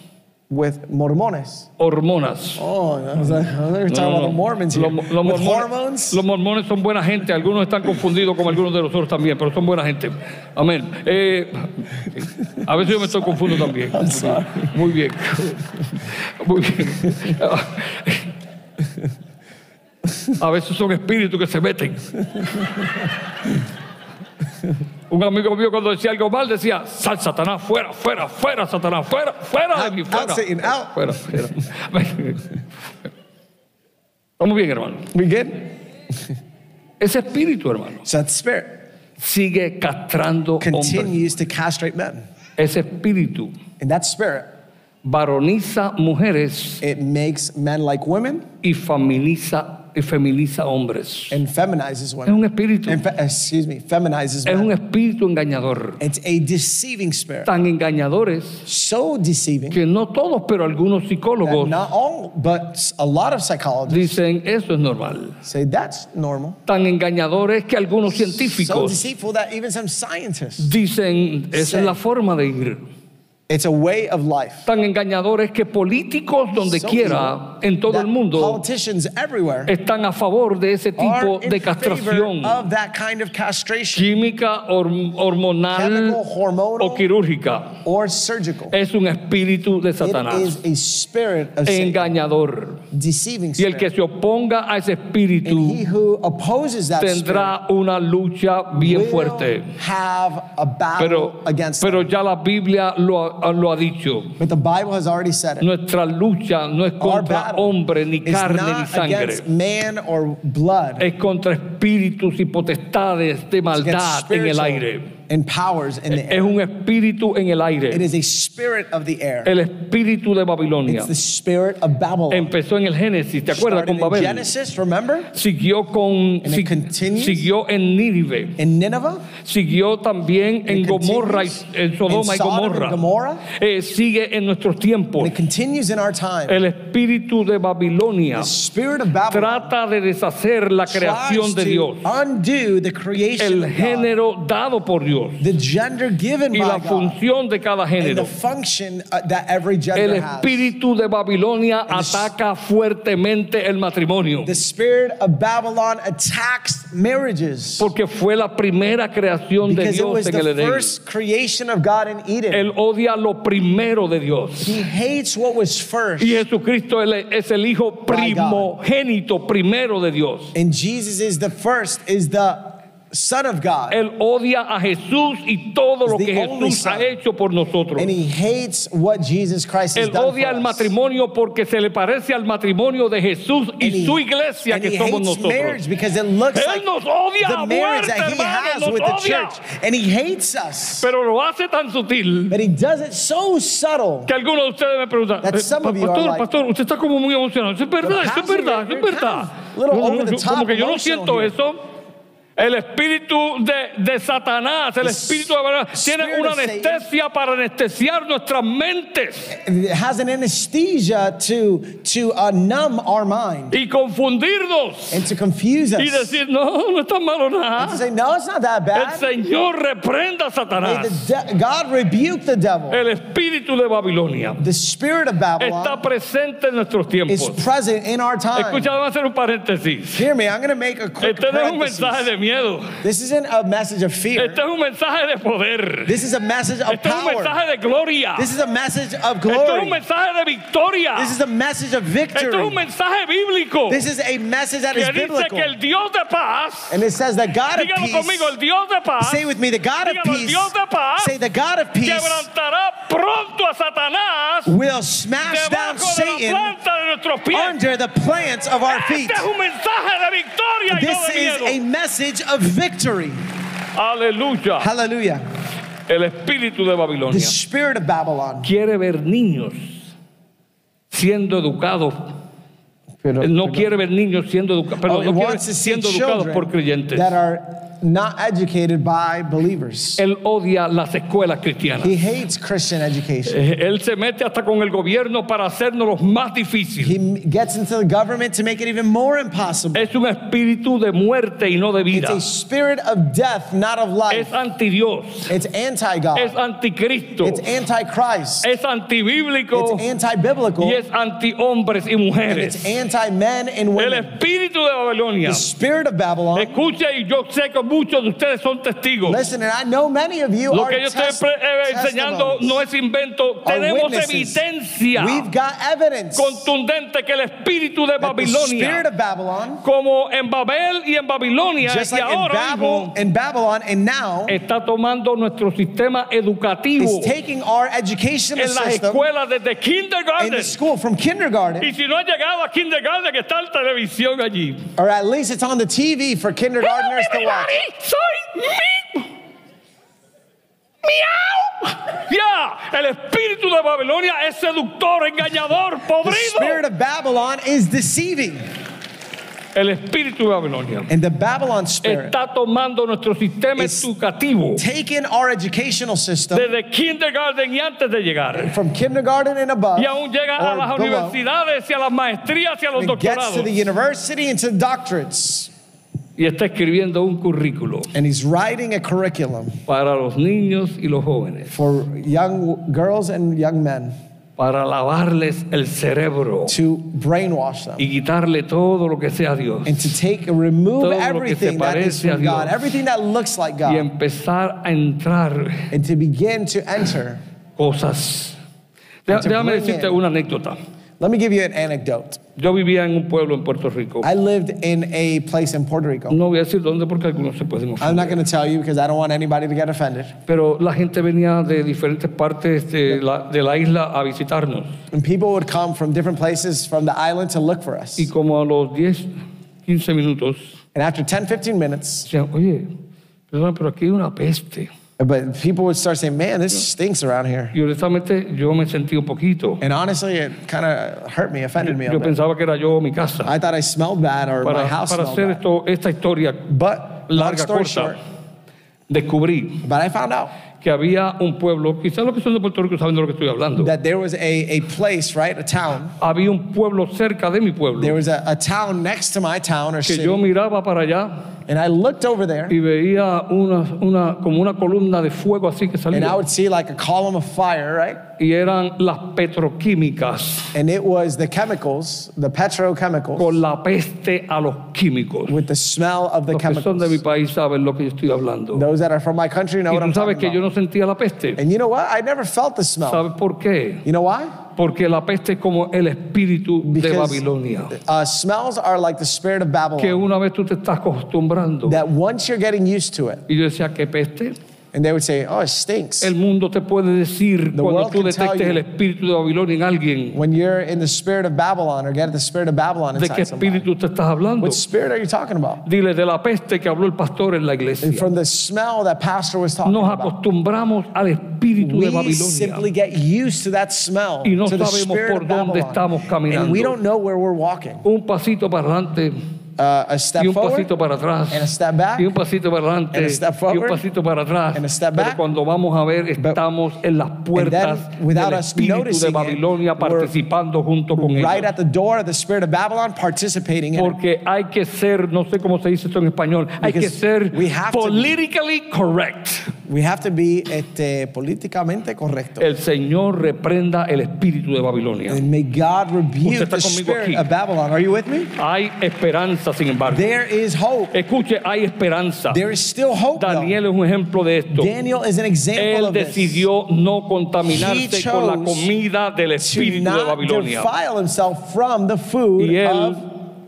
with mormones.
Hormonas.
Oh, I was like, oh, they're talking about the Mormons here.
Los, mo- los mormones,
with hormones.
los mormones son buena gente, algunos están confundidos como algunos de nosotros también, pero son buena gente. Amén. Eh, a veces yo me estoy confundiendo también. Muy bien. Muy bien. A veces son espíritus que se meten. Un amigo mío cuando decía algo mal decía, sal Satanás, fuera, fuera, fuera, Satanás, fuera, fuera de
Out,
mí,
out,
fuera.
Satan, out.
Fuera, fuera. Estamos bien, hermano.
we good?
Ese espíritu, hermano,
So that spirit
sigue castrando hombres.
continues to castrate men.
Ese espíritu
And that spirit,
varoniza mujeres
it makes men like women
y feminiza, y feminiza hombres.
and feminizes
Es
women.
un espíritu,
And fe- excuse me, feminizes
es un
men.
espíritu engañador.
It's a deceiving spirit.
Tan engañadores
So deceiving
que no todos, pero algunos
that
psicólogos
not all, but a lot of psychologists
dicen eso es normal.
say that's normal.
Tan engañadores que algunos
So
científicos
deceitful that even some scientists,
dicen esa es la forma de ir.
it's a way of life.
Tan engañadores que políticos donde
So
quiera, en todo
that
el mundo,
Politicians everywhere
están a favor de ese
are
tipo
in
de castración
favor of that kind of castration,
química, horm- hormonal
chemical,
o
hormonal,
quirúrgica.
or surgical.
Es un espíritu de
It
Satanás,
is a spirit of Satan,
engañador.
deceiving
Y el que
spirit.
se oponga a ese
And
espíritu
he who opposes that spirit
tendrá una lucha bien
will
fuerte.
have a battle
Pero,
against
pero
it.
ya la Biblia lo, ha- lo ha dicho.
But the Bible has already said it.
Nuestra lucha no es
Our
contra
battle
hombre, ni
is
carne, ni
not
sangre.
against man or blood.
Es contra espíritus y potestades de
It's against
maldad en el
spiritual
aire.
And powers in the
Es
air.
un espíritu en el
It
aire.
is a spirit of the air.
El espíritu de Babilonia.
It's the spirit of Babylon.
Empezó en el Génesis, ¿te acuerdas?
Started
Con
in
Babel.
Genesis, remember?
Siguió con
it
si-
continues.
siguió en Nínive.
In Nineveh?
Siguió también en
It
Gomorra, y,
continues
en Sodoma
in
y
Sodom and
Gomorra.
Gomorrah.
Eh, sigue en nuestros tiempos.
And it continues in our time.
El espíritu de Babilonia
The spirit of Babylon
trata de deshacer la creación
tries
de
to
Dios,
undo the creation
el
of God,
género dado por Dios
the gender given
y
by
la
God,
función de cada
and the
género.
function uh, that every
El
gender has.
espíritu de Babilonia
the-
ataca fuertemente el matrimonio.
The spirit of Babylon attacks marriages
Porque fue la primera creación de
because it was
Dios en el
the
Edén.
first creation of God in Eden.
Él odia lo primero de Dios.
He hates what was first.
Y Jesucristo él es el hijo
By God.
primogénito primero de Dios.
And Jesus is the first, is the Son of God.
Él odia a Jesús y todo lo
the
que
only
Jesús
son.
ha hecho por nosotros.
And he hates what Jesus Christ has
Él
done.
odia
for
el
us.
matrimonio porque se le parece al matrimonio de Jesús
And
y
he-
su iglesia
and
que
he
somos
hates
nosotros.
marriage because it looks
Él
like
nos odia
the
a
marriage
muerte,
that he
hermano,
has
nos
with the
odia.
church. And he hates us.
Pero lo hace tan sutil
But he does it so subtle.
que algunos de ustedes me preguntan,
That
"Eh,
some of you
pastor,
are like-
pastor, usted está como muy emocionado. Eso es verdad, eso es
pastor,
verdad, eso
you're
es verdad.
kind of little
No, no,
over the
yo-
top
como que yo no
emotional
siento
here.
eso. El espíritu de, de Satanás, el
The
espíritu de verdad, tiene
spirit
una
of Satan.
anestesia para anestesiar nuestras mentes
It has an anesthesia to, to uh, numb our mind
y confundirnos
and to confuse us.
y decir, no, no está malo
to
nada.
say, no, it's not that
El
bad.
Señor reprenda a
May
Satanás.
the de- God rebuke the devil.
El espíritu de Babilonia
The spirit of
está
Babylon
presente en nuestros
is
tiempos.
present in our time.
Escucha, vamos a hacer un paréntesis.
Hear me, I'm going to make a quick
Este no es un
parenthesis.
mensaje de miedo.
This isn't a message of fear.
Este es un mensaje de poder.
This is a message of
Este es un mensaje de
power.
gloria.
This is a message of
Este es un
glory.
mensaje de victoria.
This is a message of
Este es un
victory.
mensaje bíblico.
This is a message that is
que dice
biblical.
que el Dios de paz,
And it says the God of
dígalo conmigo, el
peace.
Dios de paz,
Say with me, the God of
dígalo, el
peace.
Dios de paz,
Say the God of peace
quebrantará pronto a Satanás
will smash down
debajo de la
Satan
planta de nuestros pies.
under the plants of our feet.
Este es un mensaje de victoria y no
This
de
is a
miedo.
message of victory.
Aleluya.
Hallelujah.
El espíritu de
The
Babilonia
spirit of Babylon.
quiere ver niños siendo educados. No quiere ver niños siendo educados,
Oh,
pero
it
no quiere
wants to see
siendo educados
children
por creyentes.
that are not educated by believers.
Él odia las escuelas cristianas.
He hates Christian education.
Eh, Él se mete hasta con el gobierno para hacernos los más difíciles.
He m- gets into the government to make it even more impossible.
Es un espíritu de muerte y no de vida.
It's a spirit of death, not of life.
Es anti Dios.
It's anti God.
Es anticristo.
It's anti Christ.
Es antibíblico.
It's anti biblical.
Y es anti hombres y
And it's
mujeres.
anti men and
El
women.
espíritu de Babilonia.
The spirit of Babylon.
Escucha y yo sé que muchos de ustedes son testigos.
Listen, and I know many of you
Lo
are
que yo estoy
test-
pre- eh, enseñando
testimonies,
no es invento.
are
Tenemos
witnesses.
evidencia
We've got evidence
contundente que el espíritu de
that the spirit
Babilonia
of Babylon,
como en Babel y en Babilonia
just
y
like in,
ahora
Babel,
mismo,
in Babylon and now,
está tomando nuestro sistema educativo
is taking our educational
en las
system
escuelas desde
in the
kindergarten.
school from kindergarten,
Y si no ha llegado a kindergarten, que está la televisión allí.
or at least it's on the TV for kindergartners to watch.
Everybody, soy mi. ¡Miau! Ya, el espíritu de Babilonia es seductor, engañador,
The spirit
podrido.
of Babylon is deceiving,
El espíritu de Babilonia
and the Babylon spirit
está tomando nuestro sistema
It's-
educativo
taking our educational system
desde kindergarten y antes de llegar.
from kindergarten and above,
Y aún llega a
or
las
below,
universidades y a las maestrías y a los
and gets to
doctorados.
the university and to doctorates,
Y está escribiendo un currículo
and he's writing a curriculum
para los niños y los jóvenes,
for young girls and young men
para lavarles el cerebro
to brainwash them.
y quitarle todo lo que sea Dios.
and to take remove
Todo lo que se
everything that is
parece a
from God,
Dios.
everything that looks like
y
God,
empezar a entrar
and to begin to enter.
cosas. Deja-
to
déjame
bring
decirte
in.
una anécdota.
Let me give you an anecdote.
Yo vivía en un pueblo en Puerto Rico.
I lived in a place in Puerto Rico.
No voy a decir dónde porque algunos se pueden ofender.
I'm not going to tell you because I don't want anybody to get offended.
Pero la gente venía de diferentes partes de la, de la isla a visitarnos.
And people would come from different places from the island to look for us.
Y como a los 10, 15 minutos,
And after 10, 15 minutes,
decían, oye, perdón, pero aquí hay una peste.
but people would start saying, man, this stinks around here.
Y honestamente yo me sentí un poquito.
And honestly, it kind of hurt me, offended me a
Yo
bit.
pensaba que era yo o mi casa.
I thought I smelled bad or my
Para,
house
para
smelled
hacer
bad.
esto, esta historia
But long
larga,
story
corta,
short,
descubrí
but I found out
que había un pueblo, quizás los que son de Puerto Rico saben de lo que estoy hablando.
that there was a, a place, right, a town,
Había un pueblo cerca de mi
There
pueblo
was a, a town next to my town or
que yo
city,
miraba para allá
and I looked over there,
y veía una, una, como una columna de fuego así que
and I
salía.
would see like a column of fire, right?
Y eran las petroquímicas
And it was the chemicals, the petrochemicals,
con la peste a los químicos.
with the smell of the
Los que son de mi
chemicals.
país saben lo que yo estoy hablando.
Those that are from my country know
Y
what I'm
tú sabes
talking
que yo
about.
no sentía la peste.
And you know what? I never felt the smell.
¿Sabes por qué?
You know why?
Porque la peste es como el espíritu de Babilonia.
uh, smells are like the spirit of
Que
Babylon.
una vez tú te estás acostumbrando.
That once you're getting used to it,
Y yo decía, ¿qué peste?
and they would say, "Oh, it stinks."
El mundo te puede decir
The
cuando
world
tú
can tell
detectes
you.
el espíritu de Babilonia en alguien,
When you're in the spirit of Babylon, or get the spirit of Babylon
¿de qué
inside somebody.
espíritu te estás hablando?
What spirit are you talking about?
Dile de la peste que habló el pastor en la iglesia.
From the smell that pastor was talking
Nos
about.
acostumbramos al espíritu de
We
Babilonia.
simply get used to that smell,
Y no
to the
sabemos
spirit
por
of
dónde
Babylon.
estamos
And
caminando.
we don't know where we're walking.
Un pasito para adelante
Uh, a step
y un
forward
pasito para
and a
atrás.
step back.
Y un pasito para adelante
And a step
y un
forward
pasito para atrás.
and a step
Pero
back.
cuando vamos a ver, estamos en las puertas
then, without
del
us
espíritu
noticing
de
it,
Babilonia
we're
participando junto con ellos.
Right at the door of the spirit of Babylon, participating in it.
Porque hay que ser, no sé cómo se dice esto en español, hay que
Because
ser
we have to be-
politically correct.
We have to be este, políticamente correcto.
El Señor reprenda el espíritu de Babilonia.
And may God
Usted
rebuke
está
the
conmigo
spirit
aquí.
of Babylon. Are you with me?
Hay esperanza, sin embargo.
There is hope.
Escuche, hay esperanza.
There is still hope. though.
Daniel es un ejemplo de esto.
Daniel is an example
Él
of this.
decidió no
He
contaminarse con la
chose
comida del
to
espíritu de
not
Babilonia.
defile himself from the food
Y él-
of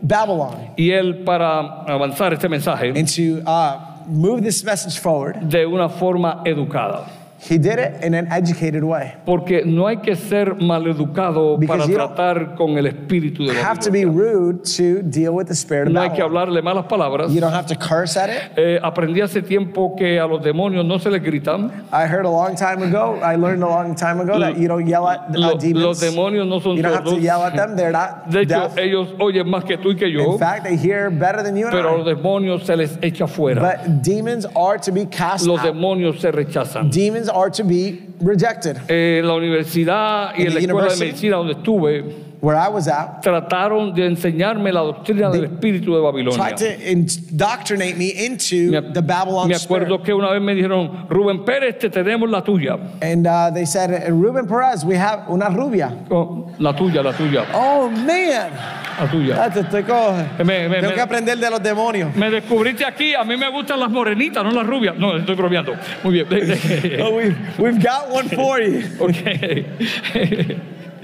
Babylon.
Y él, para avanzar este mensaje
And to uh, move this message forward,
de una forma educada.
he did it in an educated way.
Porque no hay que ser maleducado
Because
para
you don't
tratar con el espíritu de
You have to be
Babilonia.
rude to deal with the spirit of
No hay que
Babylon.
hablarle malas palabras.
You don't have to curse at it.
Eh, aprendí hace tiempo que a los demonios no se les gritan.
I heard a long time ago, I learned a long time ago that you don't yell at uh,
Lo- los
demons. You
demonios no son
don't have to
sordos.
yell at them. They're not
De hecho,
deaf.
ellos oyen más que tú y que yo,
In fact, they hear better than you and
pero a
I.
los demonios se les echa fuera.
But demons are to be cast
Los
out.
demonios se rechazan.
Demons are to be rejected.
Eh, la universidad y
In
en la escuela
the
de
university.
medicina donde estuve
Where I was at,
trataron de enseñarme la doctrina del espíritu de Babilonia.
tried to indoctrinate me into
Me, ac-
the Babylon
me
spirit.
acuerdo que una vez me dijeron, Rubén Pérez, te tenemos la tuya.
And uh, they said, Ruben Perez, we have una rubia.
Oh, la tuya, la tuya,
Oh man,
la tuya. Eh,
Tacho, estoy cojo.
Me, me-
Tengo
me-
que aprender de los demonios.
me descubriste aquí, a mí me gustan las morenitas, no las rubias. No, estoy bromeando. Muy bien.
Oh, we've, we've got one for you.
Ok.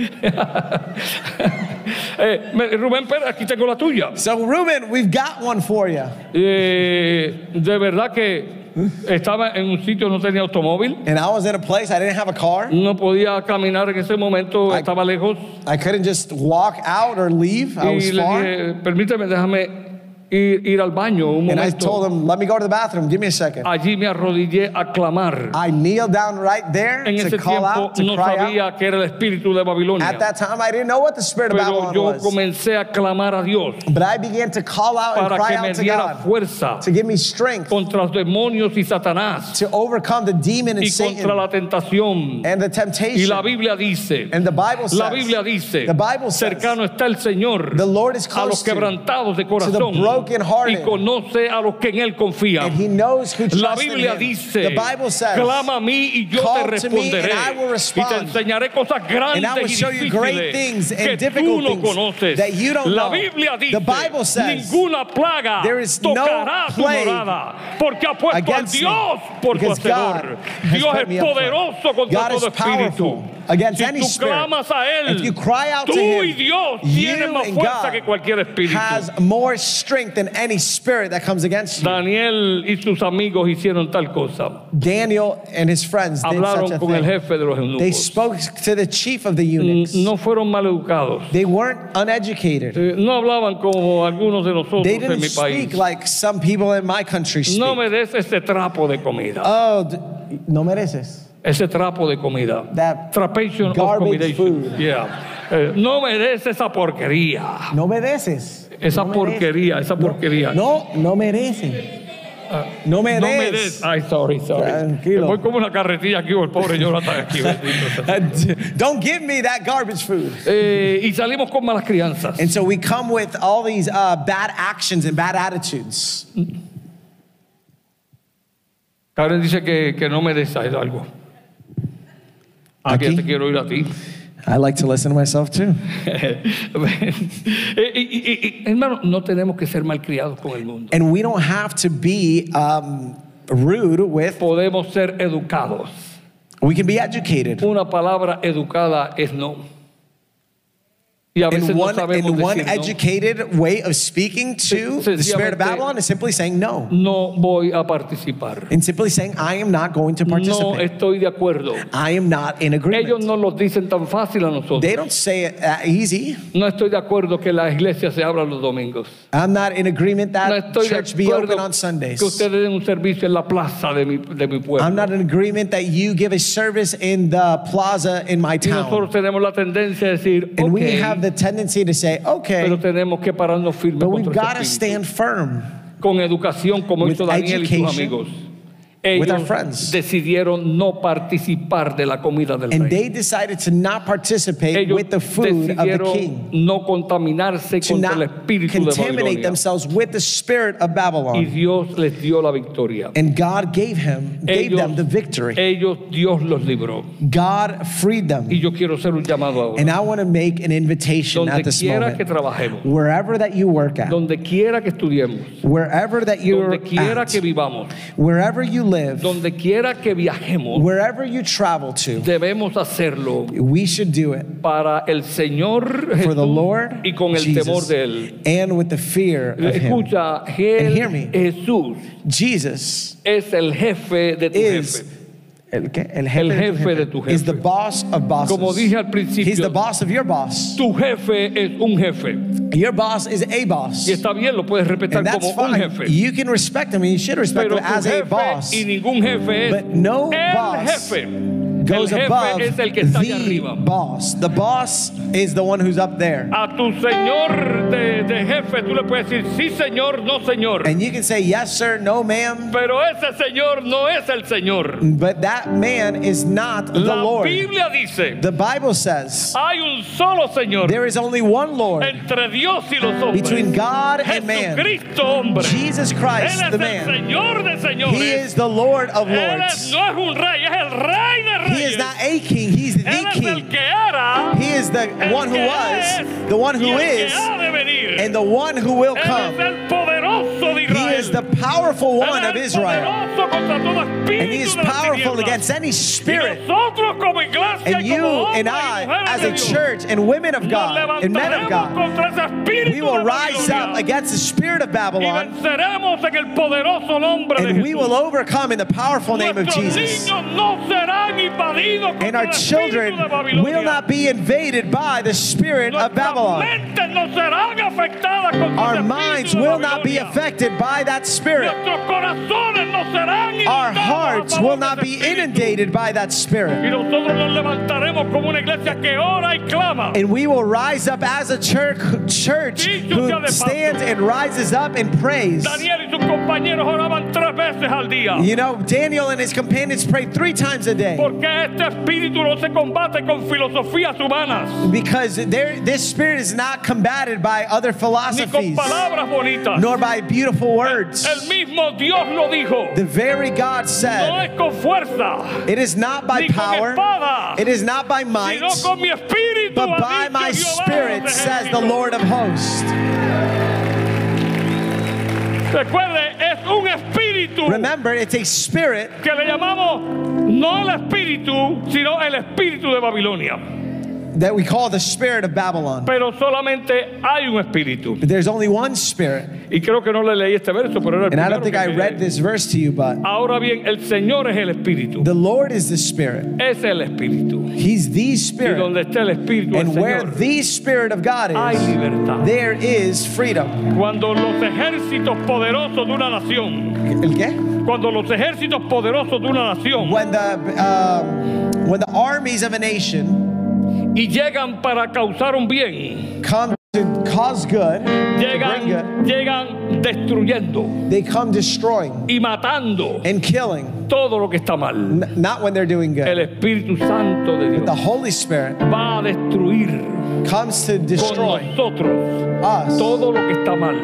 Eh, me- Rubén Pérez, aquí tengo la tuya.
So, Ruben, we've got one for you.
Eh, de verdad que estaba en un sitio, no tenía automóvil,
And I was in a place I didn't have a car.
no podía caminar en ese momento,
Ay.
estaba lejos.
I couldn't just walk out or leave. I
Y
was
le
far.
dije, permíteme, déjame ir, ir al baño un
And I
momento.
told him, let me go to the bathroom. Give me a second.
Allí me arrodillé a clamar.
I kneeled down right there
En
Ah, to
ese
call
tiempo
out, to
no
cry out.
sabía que era el espíritu de
At
Babilonia,
that time, I didn't know what the spirit of
pero
Babylon
yo
was.
comencé a clamar a Dios
But I began to call out and
para
cry
que me
out to
diera
God
fuerza
to give me strength
contra los demonios y Satanás
to overcome the demon and
y contra
Satan
la tentación.
and
Y
the
la
temptation.
Biblia dice,
And the Bible
la
says,
Biblia dice,
the Bible says,
cercano está el Señor
The Lord is
a los
close to you,
quebrantados de corazón y
brokenhearted.
conoce a los que en Él
and
confían.
He knows who
La
trusts in
Biblia
Him.
dice,
the Bible says,
clama a mí y yo te
"Call to me and
responderé
I will
y
respond,
te enseñaré cosas
and I
grandes
will
y
show you great things
difíciles
and
que tú
difficult
no
things
conoces.
that you don't
La
know."
Biblia dice,
The Bible says,
ninguna plaga
there is no
tocará tu
plague
morada porque ha puesto a
against me,
Dios por tu
because God
hacedor.
has
Dios
put me
es
up for it.
poderoso contra
God is
todo espíritu.
powerful against
Si
any
tú
spirit.
clamas a Él,
If you cry out to
tú
him,
y Dios
you
tienen más
and
fuerza
God
que cualquier espíritu.
has more strength than any spirit that comes against you.
Daniel y sus amigos hicieron tal cosa.
Daniel and his friends did such
Hablaron
a
con el
thing.
jefe de los
They
eunucos.
spoke to the chief of the eunuchs.
Mm, No fueron maleducados.
They weren't uneducated.
Eh, No hablaban como algunos de nosotros
They
en
didn't
mi
speak
país.
like some people in my country speak.
No me des ese trapo de comida.
Oh, d- no mereces.
Ese trapo de comida.
That
Trapation of
garbage
accommodation.
food.
Yeah. Eh, no me des esa porquería.
No mereces.
Esa
no
porquería, esa porquería.
No, no mereces.
Ah, No
No mereces.
me des. Ay, sorry, sorry.
Tranquilo.
Voy como una carretilla aquí, el pobre Jonathan aquí. bendito sea.
Don't give me that garbage food.
Eh, y salimos con malas crianzas.
And so we come with all these uh, bad actions and bad attitudes.
Karen dice que, que no me des algo. Aquí
Aquí.
te quiero ir a ti.
I like to listen to myself too.
Eh, y- y- y- hermano, no tenemos que ser malcriados con el mundo.
And we don't have to be um, rude with,
Podemos ser educados.
we can be educated.
Una palabra educada es no. Y a veces
In one,
no sabemos
in one
decir no.
educated way of speaking to the spirit
Sencillamente-
of Babylon is simply saying no.
no voy a participar.
And simply saying, I am not going to
No
participate.
estoy de acuerdo.
I am not in
Ellos
agreement.
no lo dicen tan fácil a nosotros.
They don't say it that easy.
No estoy de acuerdo que la iglesia se abra los domingos.
I'm not in agreement
No
that
estoy de
church be open
acuerdo
on Sundays.
que ustedes den un servicio en la plaza de mi, de mi pueblo.
I'm not in agreement that you give a service in the plaza in my
y nosotros
town.
tenemos la tendencia a decir,
And we
"Ok,
have the tendency to say, okay,
pero tenemos que pararnos firmes
but we've
contra
got
ese
to
espíritu.
stand firm
con educación como
with
hizo Daniel y
education.
sus amigos.
with our
Ellos
friends.
decidieron no participar de la comida del
And
rey.
they decided to not participate
Ellos
with the food of the
decidieron
king,
no contaminarse
to
con el
not
espíritu de
contaminate
Babilonia.
themselves with the spirit of
Y
Babylon.
Dios les dio la victoria.
And God gave him, gave them the victory.
ellos Dios los libró.
God freed them.
Y yo quiero hacer un llamado ahora.
And I want to make an invitation at
donde
this
quiera que
moment.
trabajemos,
Wherever that you work at,
donde quiera que estudiemos,
wherever that you're
donde quiera
at,
que vivamos,
wherever you live,
donde quiera que viajemos,
wherever you travel to,
debemos hacerlo
we should do it
para el Señor
for the
Jesús
Lord
y con el temor
Jesus,
de él.
and with the fear of him.
Escucha, él-
And hear me.
Jesús
Jesus
es el jefe de tu
is
jefe.
el, qué? El
El
de tu
jefe de tu
is the
jefe.
boss of bosses.
Como dije al
He's the
principio,
boss of your boss.
tu jefe es un jefe.
Your boss is a boss.
Y está bien, lo puedes respetar
And that's
como un
fine.
jefe.
You can respect him and you should respect
Pero
him
tu
as a
jefe
boss.
y ningún jefe es
But no
el
boss
jefe. El
Goes above
jefe es el que está allá
the
arriba.
boss. The boss is the one who's up there.
A tu señor de, de jefe tú le puedes decir sí señor, no señor.
And you can say yes sir, no ma'am,
Pero ese señor no es el señor.
but that man is not the
La
Lord.
Biblia dice,
The Bible says
hay un solo señor
there is only one Lord
entre Dios y los hombres.
between God and man.
Jesucristo hombre.
Jesus
Él
Christ,
es el
the man.
señor de
He
señores.
is the Lord of
Él es-
lords.
no es un rey, es el rey de
He
reyes.
is not a king, he's the
Él es el
king.
que era.
He is the
el
one who
que
was,
es
the one
y
who
el que
is,
ha de venir.
and the one who will
Él es
come.
el poderoso de
He
Israel.
is the powerful
Él
one
es
of
el
Israel,
poderoso contra todo espíritu
and he is
de las
powerful
tinieblas.
against any
Y
spirit.
nosotros como iglesia
And
y
you
como hombres
and
y
I,
mujeres
as
de
a
Dios,
church and women of
nos
God and men of
levantaremos
God,
contra ese espíritu
we
de
will rise
Babilonia
up against the spirit of
y
Babylon,
venceremos en el poderoso nombre de
and we
Jesús.
will overcome in the powerful name of
Nuestros
Jesus.
niños no serán invadidos
And
contra
our
el
children
espíritu de Babilonia.
will not be invaded by the spirit of
Nuestras
Babylon.
mentes no serán afectadas contra el
Our
espíritu
minds
de
will not be
Babilonia.
affected by that spirit.
Nuestros corazones no serán
Our
inundados a
hearts
favor
will
de
not be
ese espíritu.
inundated by that
Y
spirit.
nosotros nos levantaremos como una iglesia que ora y clama.
And we will rise up as a church, church who stands and rises up and prays.
Daniel y sus compañeros oraban tres veces al día.
You know, Daniel and his companions prayed three times a day
Porque este espíritu no se combate con filosofías humanas,
because there, this spirit is not combated by other
ni con
philosophies
palabras bonitas.
nor by beautiful words.
El mismo Dios lo dijo.
The very God
No
said,
es con fuerza,
It is not by
ni con
power,
espada,
it is not by
sino
might,
con mi espíritu.
but
ha
by
dicho
my
Jehová de
spirit,
los
says the
ejércitos.
Lord of hosts.
Recuerde, es un espíritu
Remember, it's a spirit
que le llamamos no el espíritu, sino el espíritu de Babilonia.
that we call the spirit of Babylon.
Pero solamente hay un espíritu.
But there's only one spirit.
Y creo que no le leí este verso, pero era el
And I
primero
don't think
que
I
leí.
read this verse to you, but
Ahora bien, el Señor es el espíritu.
the Lord is the spirit.
Es el espíritu.
He's the
Y
spirit.
donde está el espíritu del
And where
Señor,
the spirit of God
hay
is,
libertad.
there is freedom.
Cuando los ejércitos poderosos de una nación,
¿El qué?
cuando los ejércitos poderosos de una nación
When the um, when the armies of a nation
y llegan para causar un bien,
come to cause good, to bring good,
llegan, llegan destruyendo
they come destroying
y matando
and killing.
todo lo que está mal.
N- not when they're doing
El
good.
Espíritu Santo de
The
Dios
Holy Spirit
va a destruir
comes to
con
destroy
nosotros
us,
todo lo que está mal,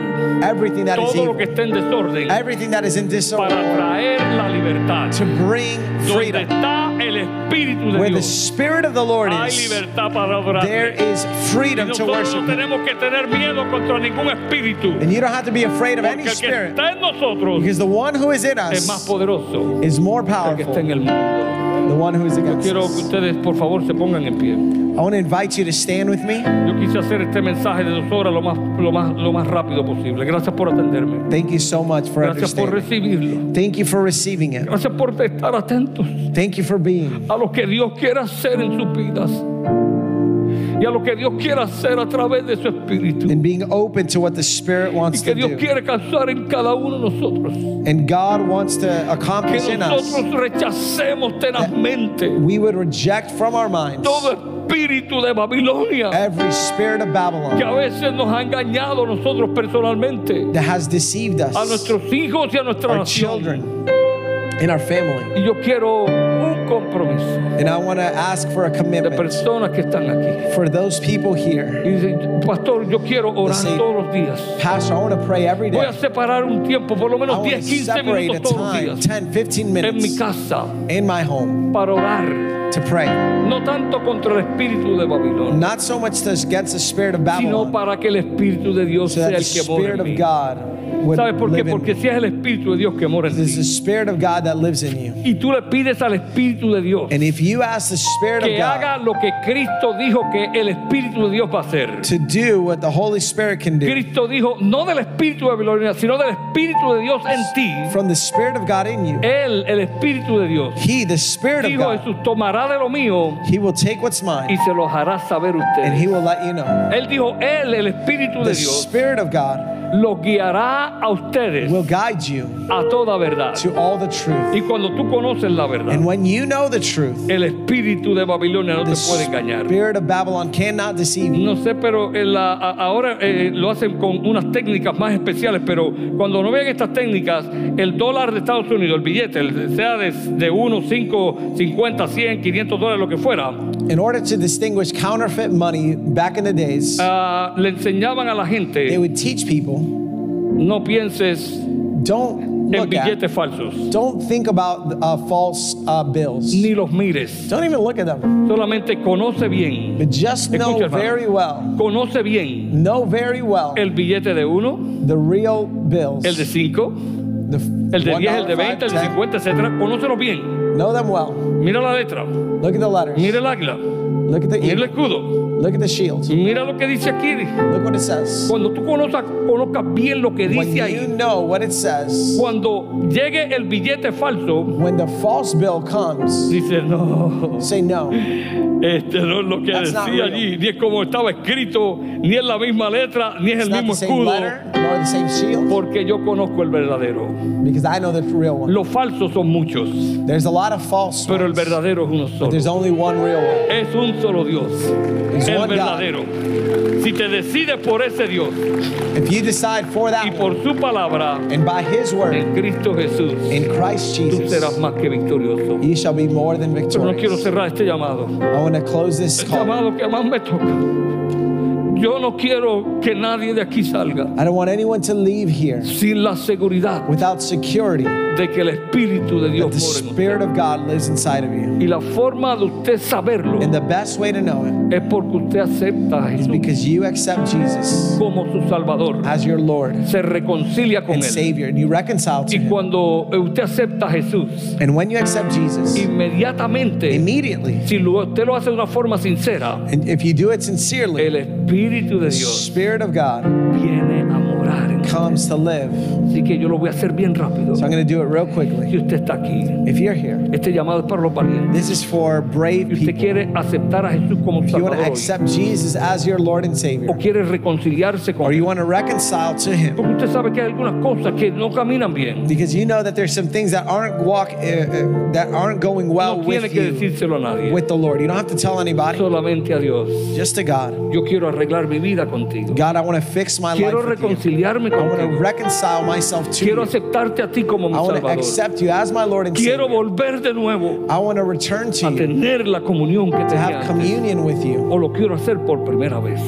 everything that is
todo lo
evil,
que está en desorden,
everything that is in disorder.
para traer la libertad.
to bring
Donde
freedom.
está el Espíritu de
Where the
Dios,
Spirit of the Lord
hay
is,
libertad para adorar.
there is freedom to
Nosotros no
worship.
tenemos que tener miedo contra ningún espíritu,
And you don't have to be afraid of any
porque el que
spirit
está en nosotros
because the one who is in
es más
us
poderoso
is more
que el que está
powerful
en el mundo.
than the one who is against
Quiero que
us.
ustedes, por favor, se pongan en pie.
I want to invite you to stand with me.
Yo quise hacer este mensaje de dos horas lo más, lo más, lo más rápido posible. Gracias por atenderme.
Thank you so much for
Gracias por
understanding.
recibirlo.
Thank you for receiving it.
Gracias por estar atentos
Thank you for being.
a lo que Dios quiera hacer en sus vidas y a lo que Dios quiera hacer a través de su espíritu
And being open to what the Spirit wants
y
to
que Dios
do.
quiere causar en cada uno de nosotros.
And God wants to
Que
accomplish in us.
nosotros rechacemos tenazmente
We would reject from our minds
todo espíritu de Babilonia
every spirit of
que
Babylon
a veces nos ha engañado a nosotros personalmente,
that has deceived
a
us.
nuestros hijos y a nuestra
our
nación.
children, in our family.
Y yo quiero un compromiso
And I want to ask for a
de
commitment
personas que están aquí.
for those people here.
Y dicen, pastor, yo quiero orar
Say-
todos los días.
Pastor, I want to pray every
Voy a
day.
separar un tiempo, por lo
I
menos
want to
10, 15
separate a
minutos todos los
time,
días,
10, 15
en mi
minutes
casa,
in my home
para orar.
to pray.
No tanto contra el espíritu de Babilonia,
Not so much to against the spirit of
sino
Babylon,
para que el espíritu de Dios
so
sea
that the
el que mora
spirit
en mí.
of God would
¿Sabes por qué?
live in
Porque si es el espíritu de Dios que mora en
It's
ti
the Spirit of God that lives in you.
y tú le pides al espíritu de Dios
And if you ask the Spirit of
que haga
God
lo que Cristo dijo que el espíritu de Dios va a hacer.
to do what the Holy Spirit can do,
Cristo dijo, no del espíritu de Babilonia, sino del espíritu de Dios en ti.
from the Spirit of God in you,
Él, el espíritu de Dios,
He, the Spirit of
dijo
God,
Jesús, tomará Eh, de lo mío
He will take what's
y
mine
se los hará saber
and
ustedes.
He will let you know.
Él dijo, Él, el espíritu de
The
Dios,
Spirit of God
los guiará a ustedes
will guide you
a toda verdad.
to all the truth.
Y cuando tú conoces la verdad,
And when you know the truth,
el espíritu de Babilonia no
the
te puede engañar.
Spirit of Babylon cannot deceive you.
No sé, pero en la- a- ahora eh, lo hacen con unas técnicas más especiales, pero cuando no vean estas técnicas, el dólar de Estados Unidos, el billete, el- sea de, de 1, 5, 50, 100, 500 dólares, lo que fuera,
In order to distinguish counterfeit money back in the days,
ah, le enseñaban a la
they
gente,
would teach people
no pienses
don't
en
look at,
billetes falsos,
don't think about uh, false uh, bills.
ni los mires,
Don't even look at them,
solamente conoce bien,
but just know
Escucha, hermano.
very well,
conoce bien
know very well
el billete de 1,
the real bills.
el de 5,
the f-
el de
one
10, el
dollar,
de
five,
20, el de
ten.
50, etcétera, conócelo bien,
Know them well.
mira la letra,
Look at the letters.
mira el águila,
Look at the
mira el
eagle.
escudo.
Look at the shield.
Mira lo que dice aquí.
Look what it says.
Cuando tú conozcas, conozcas bien lo que
When
dice
you
ahí,
know what it says,
cuando llegue el billete falso,
when the false bill comes,
dice no,
say no.
este no es lo que
That's not
decía
real.
allí, ni es como estaba escrito, ni es la misma letra, ni es
It's
el
not
mismo
the same
escudo,
letter nor the same shield
porque yo conozco el verdadero.
because I know the real one.
Los falsos son muchos,
There's a lot of false
pero el
ones,
verdadero es uno
but there's
solo.
only one real one.
Es un solo Dios,
There's
el
one God.
verdadero. Si te decides por ese Dios
If you decide for
y
that one
por su palabra,
and by His word
en Cristo Jesús,
in Christ
tú serás
Jesus,
más que victorioso.
ye shall be more than
Pero no quiero
victorious.
cerrar este llamado.
I want to close this
Este
call.
llamado que más me toca. Yo no quiero que nadie de aquí salga
I don't want anyone to leave here
sin la seguridad
without security
de que el Espíritu de
that the
Dios mora en usted.
Spirit of God lives inside of you.
Y la forma de usted saberlo
And the best way to know it
es porque usted acepta a
is
Jesús
because you accept Jesus
como su Salvador.
as your Lord
Se reconcilia con
and
Él.
Savior, and you reconcile to
Y
Him.
cuando usted acepta a Jesús,
And when you accept Jesus,
inmediatamente,
immediately,
si lo- usted lo hace de una forma sincera,
and if you do it sincerely,
el Espíritu de
the
Dios
Spirit of God
viene a morar en usted.
comes to live.
Así que yo lo voy a hacer bien rápido.
So I'm going to do it real quickly.
Si usted está aquí,
If you're here,
este llamado es para los valientes.
this is for brave
Si usted
people.
quiere aceptar a Jesús como
If you
Salvador
want to
hoy,
accept Jesus as your Lord and Savior,
o quiere reconciliarse con
or you
Él,
want to reconcile to Him,
porque usted sabe que hay algunas cosas que no caminan bien,
because you know that there's some things that aren't walk uh, uh, that aren't going well
no tiene
with
que
you
decírselo a nadie,
with the Lord. You don't have to tell anybody,
solamente a Dios.
just to God.
Yo quiero arreglar mi vida contigo.
God, I want to fix my
Quiero
life. With you.
reconciliarme
I want to
contigo.
reconcile myself to
Quiero
you.
aceptarte a ti como mi
I want to
Salvador.
accept you as my Lord and
Quiero
Savior.
volver de nuevo
I want to return
a
to you,
tener la comunión que
to
tenía
have
antes,
communion with you.
o lo quiero hacer por primera vez.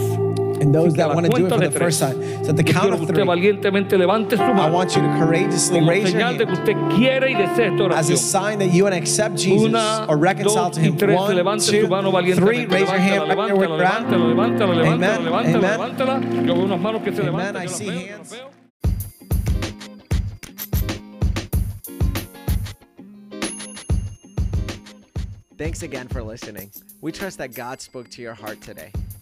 And those
Así que a
that
la
want to do it
cuenta
for
de
the first
tres,
time, so at the
yo quiero
count
que
of
usted
three,
valientemente levante su
I
mano.
want you to courageously
como
raise your
señal de
hand.
que usted quiere y desea esta
as a
oración.
sign that you want to accept Jesus
Una,
or reconcile
dos
to
y
Him.
tres,
One,
levante
two,
su mano
three,
valientemente.
raise your hand right there
levántala,
with
levántala,
Brad.
levántala, levántala,
Amen,
levántala,
amen.
levántala. Yo veo unas manos que se
Amen,
levantan,
I
yo las
see
veo, yo las
hands.
veo.
Thanks again for listening. We trust that God spoke to your heart today.